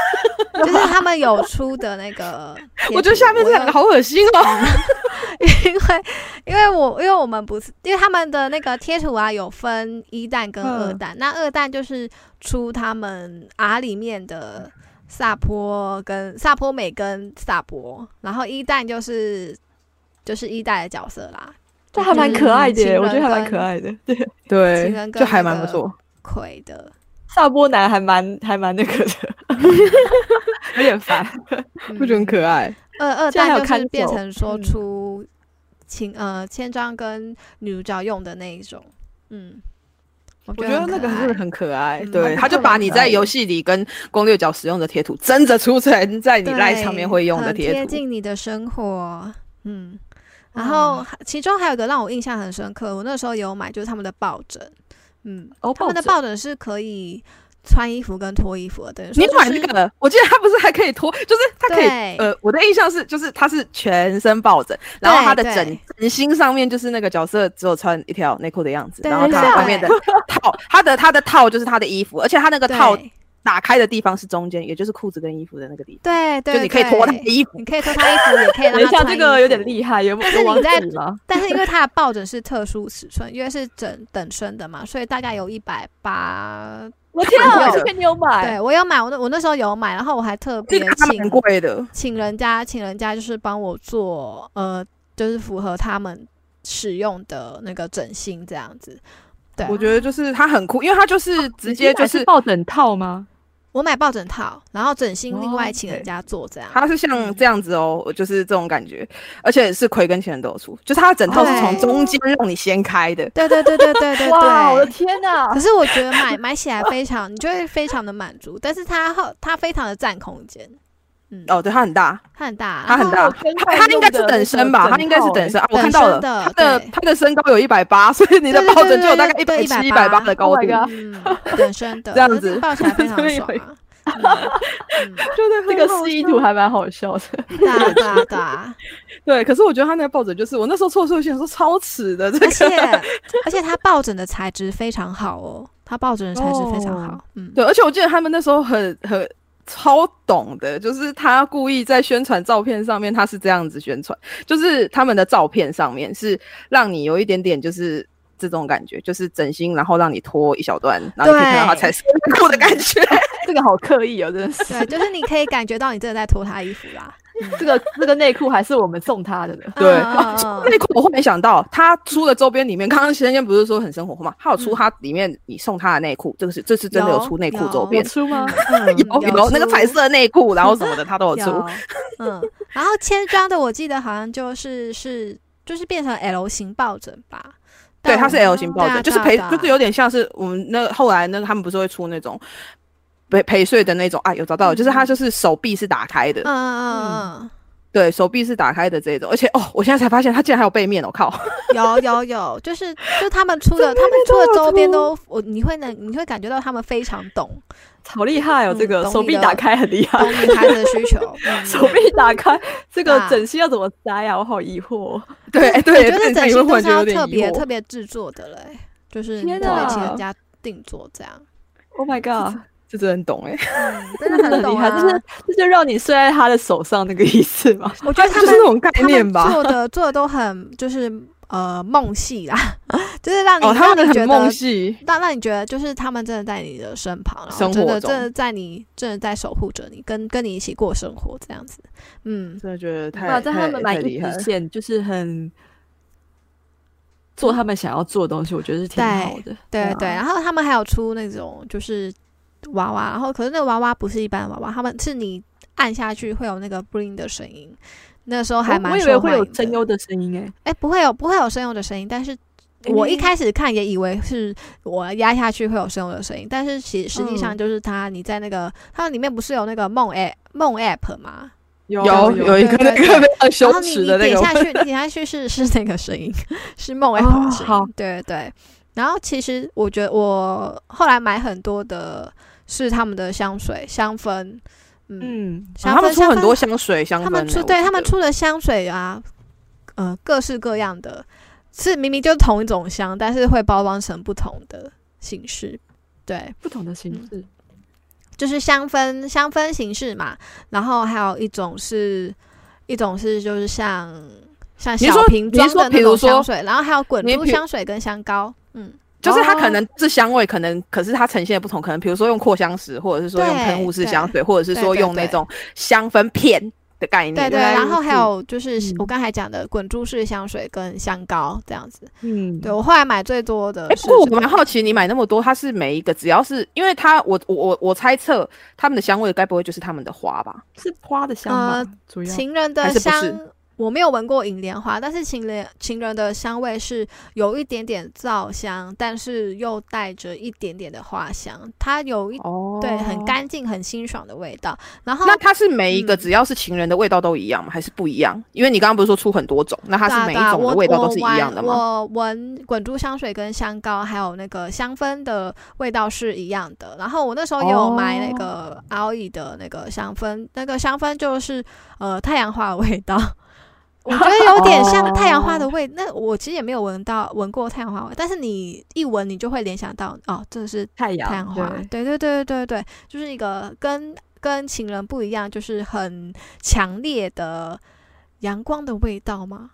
Speaker 3: 就是他们有出的那个贴
Speaker 1: (laughs)
Speaker 3: 图，
Speaker 1: 我觉得下面这两个好恶心哦。
Speaker 3: (laughs) 有，因为因为我因为我们不是，因为他们的那个贴图啊有分一弹跟
Speaker 2: 嗯
Speaker 3: 二弹，那二弹就是出他们 R 里面的萨坡跟萨坡美跟萨博，然后一弹就是就是一代的角色啦，
Speaker 2: 这还蛮可爱的
Speaker 3: 情
Speaker 2: 耶，我
Speaker 3: 人
Speaker 2: 觉得还蛮
Speaker 3: 跟
Speaker 2: 可爱的。对，
Speaker 3: 情
Speaker 1: 对
Speaker 3: 人，跟
Speaker 1: 就还
Speaker 3: 那
Speaker 1: 蛮不 (laughs)
Speaker 3: 个
Speaker 1: 错。
Speaker 3: 葵的，
Speaker 2: (laughs) 萨波男还蛮还蛮那个的，有点烦。
Speaker 1: 不觉得很可爱？
Speaker 3: 嗯二二
Speaker 2: 现在还
Speaker 3: 代
Speaker 2: 有
Speaker 3: 就
Speaker 2: 看
Speaker 3: 是
Speaker 2: 手
Speaker 3: 变成说
Speaker 2: 嗯
Speaker 3: 出情、呃千张跟女主角用的那一种，嗯，我
Speaker 1: 我
Speaker 3: 觉
Speaker 1: 觉得那
Speaker 3: 可
Speaker 1: 个
Speaker 3: 爱
Speaker 1: 真的很可爱，
Speaker 3: 嗯
Speaker 1: 对，
Speaker 3: 蛮
Speaker 1: 他就
Speaker 2: 可
Speaker 1: 把
Speaker 2: 爱
Speaker 1: 你
Speaker 2: 的
Speaker 1: 在游戏里跟攻略角使用的贴图，真的出成在你
Speaker 3: 对
Speaker 1: 赖上面会用的
Speaker 3: 很
Speaker 1: 贴
Speaker 3: 贴
Speaker 1: 图。
Speaker 3: 近你的生活，嗯。然后其中还有一个让我印象很深刻，我那时候有买，就是他们的抱枕，嗯，
Speaker 2: (laughs) 哦，
Speaker 3: 他们的
Speaker 2: 抱
Speaker 3: 抱枕是可以穿衣服跟脱衣服的，等于说
Speaker 1: 你
Speaker 3: 就
Speaker 1: 买
Speaker 3: 是
Speaker 1: 那个，我记得它不是还可以脱，就是它可以，
Speaker 3: 对
Speaker 1: 呃，我的印象是，就是它是全身抱枕，然后它的
Speaker 3: 对
Speaker 1: 枕枕芯上面就是那个角色只有穿一条内裤的样子，
Speaker 3: 对
Speaker 1: 然后
Speaker 2: 对
Speaker 1: 它外面的套，它的它的套就是它的衣服，而且它那个套
Speaker 3: 对
Speaker 1: 打开的地方是中间，也就是裤子跟衣服的那个地
Speaker 3: 对对，
Speaker 1: 方，就你可以脱它的
Speaker 3: 对
Speaker 1: 衣服。
Speaker 3: 你可以脱他衣服，也可以
Speaker 1: (laughs)
Speaker 3: 让
Speaker 2: 枕。等一
Speaker 3: 他
Speaker 2: 下，
Speaker 3: 穿
Speaker 2: 这个有点
Speaker 3: 衣服
Speaker 2: 厉害，有
Speaker 3: 但是
Speaker 2: 有
Speaker 3: 你
Speaker 2: 网
Speaker 3: 在
Speaker 2: 址吗？
Speaker 3: 但是因为它的抱枕是特殊尺寸，因为是整等身的嘛，所以大概有一百八。
Speaker 2: 我
Speaker 3: (laughs)
Speaker 2: 天
Speaker 1: 看
Speaker 2: 啊，
Speaker 1: 过
Speaker 2: 这个你有买？
Speaker 3: 对我有买，我那我那时候有买，然后我还特
Speaker 1: 这
Speaker 3: 别
Speaker 1: 个它蛮
Speaker 3: 请
Speaker 1: 贵的，
Speaker 3: 请人家，请人家就是帮我做，呃，就是符合他们使用的那个枕芯这样子。对，啊哦
Speaker 1: 我觉得就是它很酷，因为它就是直接就
Speaker 2: 你买
Speaker 1: 是
Speaker 2: 抱枕套吗？
Speaker 3: 我买抱枕套，然后枕芯另
Speaker 2: 哦
Speaker 3: 外请人
Speaker 2: ，OK
Speaker 3: 家做这样。
Speaker 1: 它是
Speaker 3: 嗯
Speaker 1: 像这样子哦，就是这种感觉，而且是葵跟前人都有出，就是它的枕套是从
Speaker 3: 对
Speaker 1: 中间让你掀开的。
Speaker 3: 对对对对对
Speaker 1: (laughs)
Speaker 3: 对
Speaker 2: 哇，
Speaker 3: 对
Speaker 2: 我的天 (laughs) 哪
Speaker 3: 可！是我觉得
Speaker 1: 啊
Speaker 3: 买买起来非常，你就会非常的满足，但是它后它非常的占空间，嗯，
Speaker 1: 哦，对，它很大，
Speaker 3: 它很大，
Speaker 1: 它很大，它它应该是等身吧，它应该是等身啊，我看到了，它
Speaker 3: 欸等身的
Speaker 1: 的
Speaker 3: 对
Speaker 1: 它的身高有一百八，所以你的
Speaker 3: 对对
Speaker 1: 抱枕就有大概一
Speaker 3: 对
Speaker 1: 百
Speaker 3: 对
Speaker 1: 七、
Speaker 3: 对
Speaker 1: 一百
Speaker 3: 180
Speaker 1: 八的高
Speaker 2: Oh
Speaker 1: 度
Speaker 2: my god
Speaker 3: 嗯，本身
Speaker 1: (laughs)
Speaker 3: 的
Speaker 1: 这样子
Speaker 3: 抱起来非常
Speaker 1: 这边有
Speaker 3: 爽
Speaker 1: 一
Speaker 3: 啊。嗯
Speaker 1: 就是
Speaker 2: 这个示意图还蛮好笑的。
Speaker 3: 嗯，哒哒哒，
Speaker 1: (laughs) 对。可是我觉得他那个抱枕就是我那时候错出现说超耻的，这
Speaker 3: 而
Speaker 1: 个 (laughs)
Speaker 3: 且而且它抱枕的材质非常好哦，它抱枕的材质非常好，
Speaker 1: 哦
Speaker 3: 嗯，
Speaker 1: 对，而且我记得他们那时候很很超懂的，就是他故意在宣传照片上面，他是这样子宣传，就是他们的照片上面是让你有一点点就是。这种感觉就是整形，然后让你脱一小段，然后你可以看到它
Speaker 3: 对
Speaker 1: 才是裤的感觉。
Speaker 2: (laughs) 这个好刻意哦，真的是。
Speaker 3: 对，就是你可以感觉到你真的在脱它衣服啦，
Speaker 2: 这个这个内裤还是我们送他的 (laughs) 呢。
Speaker 1: (laughs) 对
Speaker 3: 嗯嗯嗯
Speaker 1: 内裤 (laughs) 我后面想到，他出的周边里面，刚刚先生不是说很生活化嘛，他有出他里面你送他的内裤，这个是这次真的有
Speaker 3: 嗯有
Speaker 1: 出内裤
Speaker 3: 有
Speaker 1: 周
Speaker 3: 我
Speaker 2: 我
Speaker 1: 边，(laughs)
Speaker 2: 出吗？
Speaker 3: 嗯
Speaker 1: 有
Speaker 3: 有
Speaker 1: 有那个
Speaker 3: 出
Speaker 1: 彩色内裤，然后什么的，他都有出。
Speaker 3: (laughs) 有，嗯，然后千张的我记得好像就是是就是变成 L 型抱枕吧？
Speaker 1: 对，
Speaker 3: 但
Speaker 1: 它是
Speaker 3: 我
Speaker 1: L 型抱
Speaker 3: 对啊
Speaker 1: 枕，就是
Speaker 3: 对啊
Speaker 1: 陪
Speaker 3: 对啊，
Speaker 1: 就是有点像是我们那后来那个他们不是会出那种陪陪睡的那种啊，有找到了，就是它就是手臂是打开的
Speaker 3: 嗯，嗯嗯
Speaker 1: 对手臂是打开的这种，而且哦，我现在才发现它竟然还有背面，我哦靠，
Speaker 3: 嗯，有有有，就是就他们出的，他们出的周边都我你会能你会感觉到他们非常
Speaker 1: (laughs)
Speaker 3: 懂
Speaker 2: 好厉害哦，
Speaker 3: 嗯
Speaker 2: 这个
Speaker 3: 懂
Speaker 2: 手
Speaker 3: 你
Speaker 2: 臂
Speaker 3: 的
Speaker 2: 打开很厉
Speaker 3: 懂
Speaker 2: 害。
Speaker 3: 女孩子的需
Speaker 1: (laughs)
Speaker 3: 求，嗯
Speaker 2: (laughs) 手臂
Speaker 3: (laughs)
Speaker 2: 打开，这个
Speaker 3: 啊
Speaker 2: 整形要怎么塞呀？我好疑惑哦。
Speaker 1: 对，哎，
Speaker 3: 我
Speaker 1: 对，
Speaker 3: 觉得整
Speaker 1: 你
Speaker 3: 形
Speaker 1: 会忽
Speaker 3: 都
Speaker 1: 然觉
Speaker 3: 是
Speaker 1: 得
Speaker 3: 要
Speaker 1: 有点
Speaker 3: 特别
Speaker 1: 疑惑
Speaker 3: 特别制作的嘞，就是你
Speaker 2: 天
Speaker 3: 特别请
Speaker 2: 哪
Speaker 3: 人家定做这
Speaker 2: (laughs)
Speaker 3: 样，
Speaker 2: Oh my god，
Speaker 1: 这真的很懂哎，
Speaker 3: 嗯， (laughs) 真的很
Speaker 2: 厉
Speaker 3: 懂
Speaker 2: 害，
Speaker 3: 啊
Speaker 2: 这。是这就让你睡在他的手上那个意思
Speaker 3: (laughs)
Speaker 2: 吗？
Speaker 1: (laughs)
Speaker 3: 我觉得他
Speaker 1: 就是
Speaker 3: 们
Speaker 1: 那种概
Speaker 3: 他
Speaker 1: 念
Speaker 3: 们
Speaker 1: 吧，
Speaker 3: 做的做的都很就是呃梦戏啦， (laughs) 就是让你、
Speaker 1: 哦，他
Speaker 3: 让
Speaker 1: 们
Speaker 3: 你觉
Speaker 1: 很梦
Speaker 3: 得，
Speaker 1: 戏，
Speaker 3: 让让你觉得就是他们真的在你的身旁，然
Speaker 1: 生
Speaker 3: 后真
Speaker 1: 活
Speaker 3: 的
Speaker 1: 中
Speaker 3: 真的在你真的在守护着你，跟跟你一起过生活这样子，嗯，
Speaker 1: 真的觉得太
Speaker 2: 哇，在他
Speaker 1: 太
Speaker 2: 们
Speaker 1: 太
Speaker 2: 买一
Speaker 1: 厉害了
Speaker 2: 直。线就是很做他们想要做的东西，我觉得是挺好的。
Speaker 3: 对
Speaker 2: 啊
Speaker 3: 对，然后他们还有出那种就是娃娃，然后可是那个娃娃不是一般的娃娃，他们是你按下去会有那个 bling 的声音，那时候还
Speaker 2: 哦我
Speaker 3: 蛮
Speaker 2: 我以
Speaker 3: 受
Speaker 2: 为会
Speaker 3: 欢
Speaker 2: 有
Speaker 3: 迎
Speaker 2: 声
Speaker 3: 的
Speaker 2: 优的声音哎，
Speaker 3: 哎、不会有不会有声优的声音，但是我一开始看也以为是我压下去会有声优的声音，但是其实际
Speaker 2: 嗯
Speaker 3: 上就是它，你在那个它里面不是有那个梦 app 梦 app 吗？
Speaker 2: 有
Speaker 1: 有有一个
Speaker 3: 对
Speaker 1: 那
Speaker 3: 对
Speaker 1: 个非常
Speaker 3: 然
Speaker 1: 羞
Speaker 3: 后你
Speaker 1: 耻
Speaker 3: 你
Speaker 1: 的那
Speaker 3: 点
Speaker 1: 个哦
Speaker 3: 下
Speaker 1: (laughs)
Speaker 3: 去，你点下去是是那个声音，是梦 app 的声音。
Speaker 2: 好
Speaker 3: 对对。然后其实我觉得我后来买很多的是他们的香水香氛，嗯，
Speaker 2: 嗯，
Speaker 3: 香
Speaker 1: 啊他们
Speaker 3: 氛
Speaker 1: 出
Speaker 3: 香
Speaker 1: 很
Speaker 3: 氛
Speaker 1: 多香水香氛
Speaker 3: 他
Speaker 1: 呢，
Speaker 3: 们出
Speaker 1: 我
Speaker 3: 对
Speaker 1: 记
Speaker 3: 他们
Speaker 1: 得
Speaker 3: 出的香水啊，呃，各式各样的，是明明就是同一种香，但是会包装成不同的形式。对，
Speaker 2: 不同的形
Speaker 3: 嗯
Speaker 2: 式。
Speaker 3: 就是香氛香氛形式嘛，然后还有一种是，一种是就是像像
Speaker 1: 你
Speaker 3: 小
Speaker 1: 说
Speaker 3: 瓶
Speaker 1: 你
Speaker 3: 装
Speaker 1: 说
Speaker 3: 的
Speaker 1: 比
Speaker 3: 那
Speaker 1: 如
Speaker 3: 种香
Speaker 1: 说
Speaker 3: 水，然后还有滚
Speaker 1: 你
Speaker 3: 珠
Speaker 1: 比
Speaker 3: 香水跟香膏，嗯，
Speaker 1: 就是它可
Speaker 2: 哦
Speaker 1: 能是香味，可能可是它呈现的不同，可能比如说用扩香石，或者是说用
Speaker 3: 对
Speaker 1: 喷雾式
Speaker 3: 对
Speaker 1: 香水，或者是
Speaker 3: 对
Speaker 1: 说
Speaker 3: 对
Speaker 1: 用那
Speaker 3: 对
Speaker 1: 种香氛片的概念。
Speaker 3: 对对，
Speaker 2: 原来
Speaker 3: 然
Speaker 2: 如
Speaker 3: 后还
Speaker 2: 此
Speaker 3: 有就是我
Speaker 2: 嗯
Speaker 3: 刚才讲的滚珠式香水跟香膏这样子。
Speaker 2: 嗯，
Speaker 3: 对我后来买最多的
Speaker 1: 哎，不
Speaker 3: 是
Speaker 1: 过我
Speaker 3: 这个
Speaker 1: 蛮好奇，你买那么多，它是每一个只要是，因为它我我我我猜测他们的香味该不会就是他们的花吧？
Speaker 2: 是花的香吧
Speaker 3: 呃，
Speaker 2: 主要。
Speaker 3: 情人的
Speaker 1: 还是不
Speaker 3: 香
Speaker 1: 是，
Speaker 3: 我没有闻过银莲花，但是情人情人的香味是有一点点皂香，但是又带着一点点的花香，它有一、
Speaker 1: 哦
Speaker 3: 对很。干净、很清爽的味道。然后
Speaker 1: 那它是每一个
Speaker 3: 嗯
Speaker 1: 只要是情人的味道都一样吗？还是不一样？因为你刚刚不是说出很多种，那它
Speaker 3: 对啊
Speaker 1: 是每一
Speaker 3: 对啊
Speaker 1: 种
Speaker 3: 我
Speaker 1: 的味道
Speaker 3: 我
Speaker 1: 都是一
Speaker 3: 玩
Speaker 1: 样的吗？
Speaker 3: 我闻滚珠香水跟香膏，还有那个香氛的味道是一样的。然后我那时候也有买那个
Speaker 1: 哦
Speaker 3: AOE 的那个香氛，那个香氛就是呃太阳花的味
Speaker 1: (laughs)
Speaker 3: 道。我觉得有点
Speaker 1: 哦
Speaker 3: 像太阳花的味，那我其实也没有闻到闻过太阳花味，但是你一闻你就会联想到哦，这是
Speaker 2: 太阳，
Speaker 3: 太阳花，对对对对对对，就是一个跟跟情人不一样，就是很强烈的阳光的味道吗？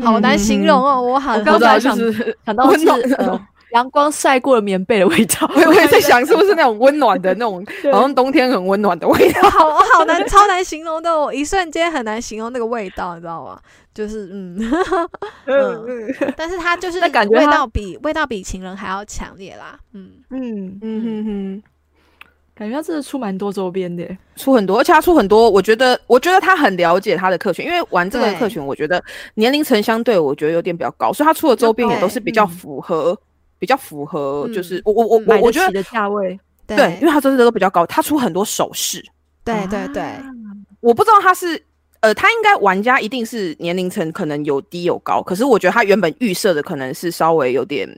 Speaker 3: 好难形容哦，我好
Speaker 2: 我
Speaker 1: 嗯我
Speaker 2: 刚
Speaker 1: 知
Speaker 2: 才
Speaker 1: 道，
Speaker 3: (laughs)
Speaker 2: 想
Speaker 1: 就是
Speaker 2: 嗯想到
Speaker 1: 温
Speaker 2: 是
Speaker 1: 暖
Speaker 2: 呃阳光晒过了棉被的味道。 (laughs)
Speaker 1: 我我也在想，是不是那种温暖的那种，好像冬天很温暖的味道。
Speaker 3: 我好我好难，超难形容的，我一瞬间很难形容那个味道，你知道吗？就是嗯， (laughs) 嗯但是它就是
Speaker 2: 那感觉
Speaker 3: 味
Speaker 2: 它
Speaker 3: 道比味道比情人还要强烈啦，嗯，
Speaker 2: 嗯，
Speaker 1: 嗯哼哼，
Speaker 2: 感觉他真的出蛮多周边的耶。
Speaker 1: 出很多，而且他出很多，我觉得，我觉得他很了解他的客群，因为玩这个
Speaker 3: 对
Speaker 1: 客群，我觉得年龄层相对我觉得有点比较高，所以他出的周边也都是比较
Speaker 2: 对嗯
Speaker 1: 符合，比较符合，就是
Speaker 3: 嗯
Speaker 1: 我我我我
Speaker 2: 买
Speaker 1: 我
Speaker 2: 得
Speaker 1: 觉得
Speaker 2: 起的价位，
Speaker 3: 对
Speaker 1: 对，因为他真的都比较高，他出很多首饰， (laughs)
Speaker 3: 对对对，
Speaker 2: 啊
Speaker 1: 我不知道他是。呃，他应该玩家一定是年龄层可能有低有高，可是我觉得他原本预设的可能是稍微有点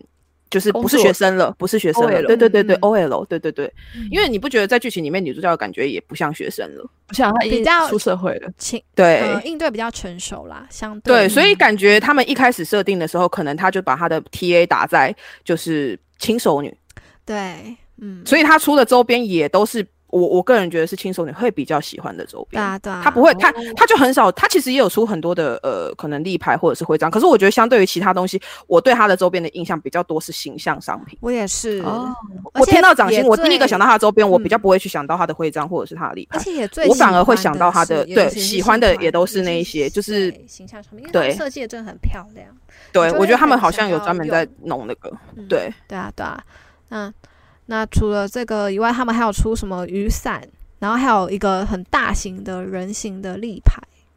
Speaker 1: 就是不是
Speaker 2: 工作
Speaker 1: 学生了，不是学生了，
Speaker 2: OL
Speaker 1: 对对对对
Speaker 3: 嗯
Speaker 1: ，OL，对对对，因
Speaker 2: 嗯
Speaker 3: 为
Speaker 1: 为你不觉得在剧情里面女主角的感觉也不像学生了？
Speaker 2: 我想他已
Speaker 3: 比
Speaker 2: 经
Speaker 3: 较
Speaker 2: 出社会了，
Speaker 3: 情
Speaker 1: 对、
Speaker 2: 嗯
Speaker 3: 呃应对比较成熟啦，相
Speaker 1: 对，
Speaker 3: 于
Speaker 1: 所以感觉他们一开始设定的时候，可能他就把他的 TA 打在就是轻熟女，
Speaker 3: 对，嗯，
Speaker 1: 所以他出的周边也都是我我个人觉得是轻熟女会比较喜欢的周
Speaker 3: 对
Speaker 1: 边。
Speaker 3: 啊对啊，
Speaker 1: 他不会，他
Speaker 2: 哦
Speaker 1: 他就很少，他其实也有出很多的呃，可能立牌或者是徽章。可是我觉得相对于其他东西，我对他的周边的印象比较多是形象商品。
Speaker 3: 我也是，
Speaker 2: 哦
Speaker 3: 而
Speaker 1: 我
Speaker 3: 且
Speaker 1: 听到掌
Speaker 3: 也
Speaker 1: 心，我第一个
Speaker 3: 最
Speaker 1: 想到他的周边，我比较
Speaker 3: 嗯
Speaker 1: 不会去想到他的徽章或者是他的立牌
Speaker 3: 而。且也最喜
Speaker 1: 我
Speaker 3: 欢的是，
Speaker 1: 反而会想到他的
Speaker 3: 也
Speaker 1: 对
Speaker 3: 尤其是
Speaker 1: 喜欢的
Speaker 3: 新款
Speaker 1: 也都是那
Speaker 3: 尤
Speaker 1: 一
Speaker 3: 其
Speaker 1: 些就是
Speaker 3: 对形象上面，因为
Speaker 1: 对
Speaker 3: 它设计的真的很漂亮。
Speaker 1: 对
Speaker 3: 就，
Speaker 1: 我
Speaker 3: 会
Speaker 1: 觉得他
Speaker 3: 很
Speaker 1: 们好
Speaker 3: 想
Speaker 1: 像有
Speaker 3: 要
Speaker 1: 专门在
Speaker 3: 用
Speaker 1: 弄那个，
Speaker 3: 嗯
Speaker 1: 对，
Speaker 3: 对啊，对啊。那那除了这个以外，他们还有出什么雨伞，然后还有一个很大型的人形的
Speaker 1: (laughs)
Speaker 3: 立牌。
Speaker 1: (laughs)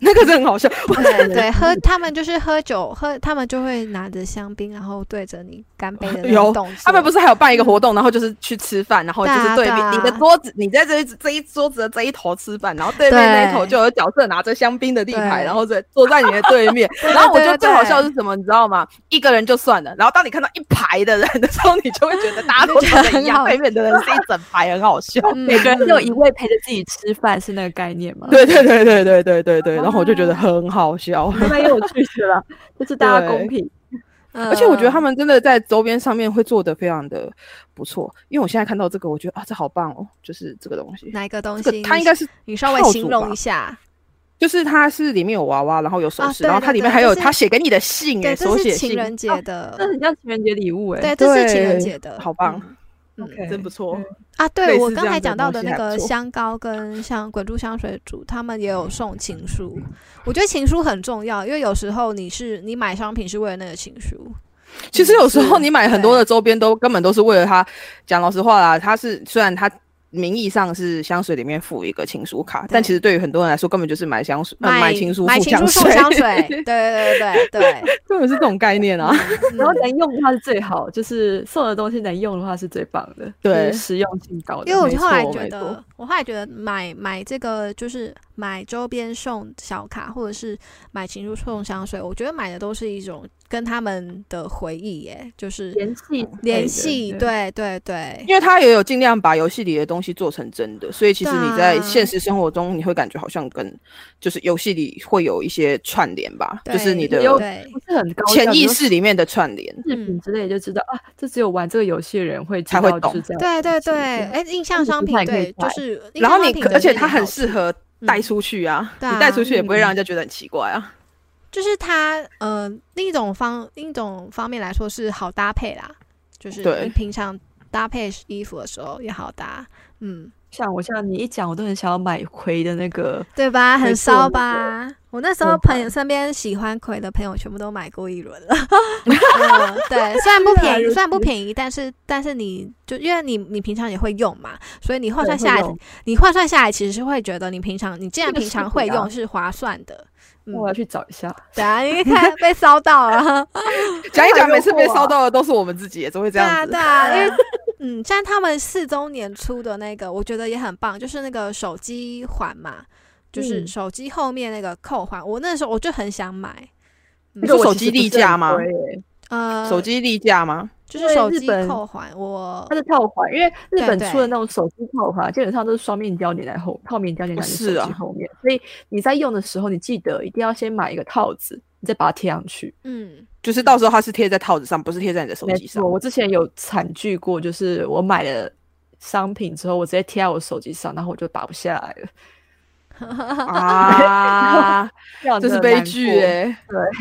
Speaker 1: 那个真的很好笑。
Speaker 3: 对对，喝他们就是喝酒，喝他们就会拿着香槟，然后对着你干杯的那种
Speaker 1: 有
Speaker 3: 动作。
Speaker 1: 他们不
Speaker 3: 是
Speaker 1: 是还有办一个活动，然后就是去吃饭，然后就
Speaker 3: 对啊
Speaker 1: 是对
Speaker 3: 对啊
Speaker 1: 面你的桌子，你在这一这一桌子的这一头吃饭，然后对面那一头
Speaker 3: 对
Speaker 1: 就有角色拿着香槟的立牌，
Speaker 3: 对
Speaker 1: 然后在坐在你的对面。
Speaker 3: (laughs) 对
Speaker 1: 然后我觉得
Speaker 3: 对
Speaker 1: 最好笑的
Speaker 3: 对
Speaker 1: 是什么，你知道吗？一个人就算了，然后当你看到一排的人的时候，你就会觉得大家都长得一
Speaker 3: 就觉得很
Speaker 1: 样，
Speaker 3: 好
Speaker 1: 对面的人是一整排，很好
Speaker 3: (laughs)
Speaker 1: 笑。
Speaker 2: 每个人
Speaker 3: 嗯
Speaker 2: 就一位陪着自己吃饭，是那个概念吗？
Speaker 1: 对对对对对对对对，然后我就觉
Speaker 3: 啊
Speaker 1: 得很好笑。
Speaker 2: (laughs)
Speaker 3: 嗯
Speaker 2: 还蛮有趣的
Speaker 3: (laughs)
Speaker 2: 啦，就是大家公平。
Speaker 1: 而且我觉得他
Speaker 3: 嗯
Speaker 1: 们真的在周边上面会做的非常的不错，因为我现在看到这个，我觉得啊，这好棒哦，就是这个东西，
Speaker 3: 嗯哪一个东
Speaker 1: 这
Speaker 3: 西
Speaker 1: 个
Speaker 3: 你，
Speaker 1: 它应该是
Speaker 3: 你稍微
Speaker 1: 套
Speaker 3: 形
Speaker 1: 组
Speaker 3: 容
Speaker 1: 吧
Speaker 3: 一下。
Speaker 1: 就是它是里面有娃娃，然后有首
Speaker 3: 啊
Speaker 1: 饰，
Speaker 3: 对
Speaker 1: 然后
Speaker 3: 对
Speaker 1: 它里面
Speaker 3: 对
Speaker 1: 还有
Speaker 3: 这是
Speaker 1: 他写给你的信
Speaker 3: 对，
Speaker 1: 耶，
Speaker 3: 这
Speaker 1: 手写
Speaker 3: 是
Speaker 1: 信
Speaker 3: 情，人节
Speaker 2: 哦
Speaker 3: 的，
Speaker 2: 这很像情人节礼物哎、
Speaker 3: 对，这是情人
Speaker 1: 对
Speaker 3: 节的，
Speaker 1: 好棒
Speaker 3: 嗯。嗯
Speaker 2: OK
Speaker 1: 真不错。
Speaker 3: 啊，对
Speaker 1: 类
Speaker 3: 我
Speaker 1: 似
Speaker 3: 刚
Speaker 1: 这
Speaker 3: 才
Speaker 1: 样子
Speaker 3: 讲
Speaker 1: 的
Speaker 3: 到
Speaker 1: 东
Speaker 3: 的
Speaker 1: 西
Speaker 3: 那
Speaker 1: 还
Speaker 3: 个
Speaker 1: 不错
Speaker 3: 香膏跟像滚珠香水组，他们也有
Speaker 1: 嗯
Speaker 3: 送情书。我觉得情书很重要，因为有时候你是你买商品是为了那个情书，
Speaker 1: 其实有时候
Speaker 3: 是
Speaker 1: 你买很多的周边都根本都是为了它。讲老实话啦，它是虽然它。名义上是香水里面附一个情书卡，但
Speaker 3: 对
Speaker 1: 其实对于很多人来说，根本就是买香水、呃、
Speaker 3: 买
Speaker 1: 情书、
Speaker 3: 买
Speaker 1: 附
Speaker 3: 情书
Speaker 1: 香
Speaker 3: 送
Speaker 1: 水，
Speaker 3: 香水，对对对对
Speaker 1: (laughs) 根本是这种概念啊。 (laughs)
Speaker 3: 对，
Speaker 2: 然后
Speaker 3: 嗯
Speaker 2: 能用的话是最好，就是送的东西能用的话是最棒的，
Speaker 1: 对
Speaker 2: 就是实用性高的。
Speaker 3: 因为我
Speaker 1: 没
Speaker 3: 后来
Speaker 1: 错
Speaker 3: 觉
Speaker 1: 没
Speaker 3: 得
Speaker 1: 错，
Speaker 3: 我后来觉得买买这个就是买周边送小卡，或者是买情书送香水，我觉得买的都是一种跟他们的回忆，耶，就是
Speaker 2: 联系
Speaker 3: 联系，，对对对，
Speaker 1: 因为他也有尽量把游戏里的东西做成真的，所以其实你在
Speaker 3: 对啊
Speaker 1: 现实生活中，你会感觉好像跟就是游戏里会有一些串联吧，
Speaker 3: 对
Speaker 1: 就是你的
Speaker 2: 有
Speaker 3: 对
Speaker 2: 不是很高调
Speaker 1: 潜意识里面，的串联。
Speaker 2: 比如说
Speaker 3: 嗯
Speaker 2: 视频之类就知道啊，这只有玩这个游戏的人会知
Speaker 1: 才会
Speaker 2: 道，就是这样。
Speaker 3: 对对
Speaker 2: 是
Speaker 3: 对，
Speaker 2: 这样
Speaker 3: 哎，印象
Speaker 2: 实
Speaker 3: 商品
Speaker 2: 上也可以
Speaker 3: 对，就
Speaker 2: 带
Speaker 3: 是印
Speaker 1: 然
Speaker 3: 象
Speaker 1: 后
Speaker 3: 商
Speaker 1: 你
Speaker 3: 品
Speaker 1: 可，
Speaker 3: 的
Speaker 1: 而且
Speaker 3: 这
Speaker 1: 它
Speaker 3: 点
Speaker 1: 很
Speaker 3: 好
Speaker 1: 适
Speaker 3: 处，
Speaker 1: 合带出去啊，
Speaker 3: 对啊
Speaker 1: 你带出去也不会让人家觉得很奇怪啊。
Speaker 3: 就是它呃另一种方另一种方面来说是好搭配啦，就是
Speaker 1: 对
Speaker 3: 你平常搭配衣服的时候也好搭，嗯，
Speaker 2: 像我像你一讲，我都很想要买回的那个，
Speaker 3: 对吧？很
Speaker 2: 没
Speaker 3: 骚
Speaker 2: 错没错
Speaker 3: 吧？我那时候
Speaker 2: 我
Speaker 3: 朋友身边喜欢葵的朋友全部都买过一轮了，嗯对，虽然不便宜，
Speaker 2: 如
Speaker 3: 虽然不
Speaker 2: 此
Speaker 3: 便宜，但是但是你就因为你你平常也会用嘛，所以你换算
Speaker 2: 对会
Speaker 3: 下来
Speaker 2: 用，
Speaker 3: 你换算下来其实是会觉得你平常你既然
Speaker 2: 这个
Speaker 3: 平
Speaker 2: 是
Speaker 3: 常
Speaker 2: 比
Speaker 3: 会
Speaker 2: 较
Speaker 3: 用是划算的。嗯，
Speaker 2: 我要去找一下。
Speaker 3: 对啊，因为看被骚到
Speaker 2: (laughs)
Speaker 3: 了，嗯
Speaker 1: 讲一
Speaker 3: (laughs)
Speaker 1: 讲，每次被
Speaker 2: 诱惑啊
Speaker 1: 烧到的都是我们自己，也只会这
Speaker 3: 对啊
Speaker 1: 样
Speaker 3: 对
Speaker 1: 子。
Speaker 3: 啊，因为嗯，像他们四周年出的那个，我觉得也很棒，就是那个手机环嘛，就是
Speaker 2: 嗯
Speaker 3: 手机后面那个扣环，我那时候我就很想买，嗯
Speaker 1: 你说
Speaker 2: 我
Speaker 1: 手
Speaker 2: 其
Speaker 1: 机
Speaker 2: 实不
Speaker 1: 立
Speaker 2: 是很
Speaker 1: 架吗
Speaker 2: 推耶
Speaker 3: 呃，
Speaker 1: 手机立架吗？
Speaker 3: 就是手
Speaker 2: 对
Speaker 3: 机
Speaker 2: 日本
Speaker 3: 扣环，我
Speaker 2: 它是套环，因为日
Speaker 3: 对
Speaker 2: 本
Speaker 3: 对
Speaker 2: 出的那种手机套环，基本上都是双面胶粘在后，套面胶粘在你手
Speaker 1: 是啊
Speaker 2: 机后面，所以你在用的时候，你记得一定要先买一个套子，你再把它贴上去。
Speaker 3: 嗯，
Speaker 1: 就是到时候它是贴在套子上，不是贴在你的手
Speaker 2: 没
Speaker 1: 机上
Speaker 2: 错，。我之前有惨剧过，就是我买了商品之后，我直接贴在我手机上，然后我就拔不下来了，
Speaker 3: (laughs)
Speaker 1: 啊，
Speaker 2: 非常
Speaker 1: 这是
Speaker 2: 的
Speaker 1: 悲
Speaker 2: 难
Speaker 1: 剧
Speaker 2: 过
Speaker 1: 哎！
Speaker 3: 对啊，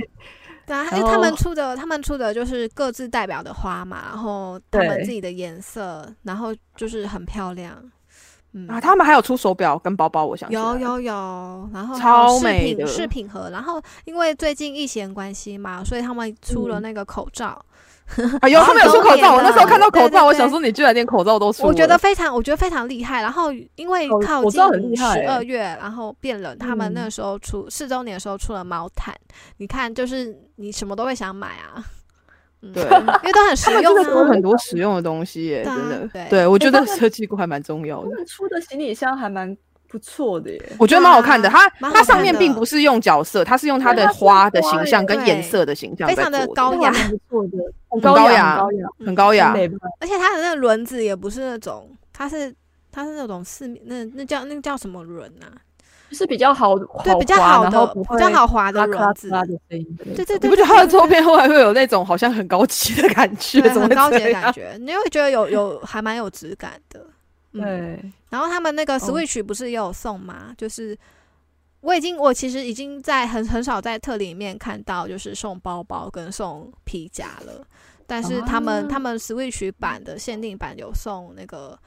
Speaker 2: 然
Speaker 3: 因为他们
Speaker 2: 后
Speaker 3: 出的他们出的就是各自代表的花嘛，然后他们
Speaker 2: 对
Speaker 3: 自己的颜色，然后就是很漂亮，嗯
Speaker 1: 啊，他们还有出手表跟包包，我想起来
Speaker 3: 有
Speaker 1: 了
Speaker 3: 有有，然后还有
Speaker 1: 超
Speaker 3: 饰
Speaker 1: 美
Speaker 3: 品
Speaker 1: 的
Speaker 3: 饰品盒，然后因为最近疫情关系嘛，所以他们出了
Speaker 2: 嗯
Speaker 3: 那个口罩，
Speaker 1: 哎呦，他们有出口罩，我那时候看到口
Speaker 3: 对对对
Speaker 1: 罩，我想说你居然连口罩都出了，
Speaker 3: 我觉得非常，我觉得非常厉害。然后因为
Speaker 2: 口
Speaker 3: 靠
Speaker 2: 口
Speaker 3: 近
Speaker 2: 罩很厉害
Speaker 3: 十二
Speaker 2: 欸
Speaker 3: 月，然后变冷，他们
Speaker 2: 嗯
Speaker 3: 那时候出四周年的时候出了毛毯，你看就是你什么都会想买啊，嗯，
Speaker 1: 对
Speaker 3: 因为都很实
Speaker 1: (laughs) 他们真
Speaker 3: 用
Speaker 1: 的出
Speaker 3: 啊。
Speaker 1: 很多实用的东西耶，
Speaker 3: 对啊
Speaker 1: 真的
Speaker 3: 对。
Speaker 1: 对，我觉
Speaker 2: 他
Speaker 1: 得
Speaker 2: 们
Speaker 1: 设计过还蛮重要
Speaker 2: 他
Speaker 1: 的。
Speaker 2: 们出的行李箱还蛮不错的耶。
Speaker 1: 我觉得蛮好看的。
Speaker 3: 对啊
Speaker 1: 它
Speaker 3: 蛮好看的
Speaker 1: 它上面并不是用角色，它是用它
Speaker 2: 对
Speaker 1: 的
Speaker 2: 它是
Speaker 1: 花的
Speaker 2: 花
Speaker 1: 形
Speaker 2: 耶
Speaker 1: 象跟
Speaker 3: 对
Speaker 1: 颜色的形象
Speaker 3: 非
Speaker 1: 在
Speaker 3: 常的
Speaker 1: 做
Speaker 3: 高嗯
Speaker 2: 那
Speaker 3: 雅
Speaker 2: 还，蛮不错的，很
Speaker 1: 高雅
Speaker 2: 很高雅，
Speaker 1: 很高雅
Speaker 2: 很。美吧
Speaker 3: 而且它的那个轮子也不是那种，它是它是那种四面那那叫那叫什么轮啊？
Speaker 2: 就是比较好，
Speaker 3: 对，
Speaker 2: 滑
Speaker 3: 比较好
Speaker 2: 然后
Speaker 3: 的
Speaker 2: 不
Speaker 3: 比
Speaker 2: 会
Speaker 3: 较好滑的
Speaker 2: 咔咔
Speaker 3: 轮子，
Speaker 2: 咔的声音的那种。
Speaker 3: 对对
Speaker 1: 你
Speaker 3: 对，
Speaker 1: 不觉得他的周边后来会有那种好像很高级的感觉，
Speaker 3: 对
Speaker 1: 怎么
Speaker 3: 很
Speaker 1: 会
Speaker 3: 高级
Speaker 1: 这
Speaker 3: 的感
Speaker 1: 样？
Speaker 3: 觉，你会觉得有有还蛮有质感的。嗯，
Speaker 2: 对，
Speaker 3: 然后他们
Speaker 1: 哦
Speaker 3: 那个 Switch 不是也有送吗？就是我已经我其实已经在很很少在特里面看到就是送包包跟送皮夹了，但是他们、
Speaker 2: 啊
Speaker 1: 哦
Speaker 3: 他们 Switch 版的限定版有送那个，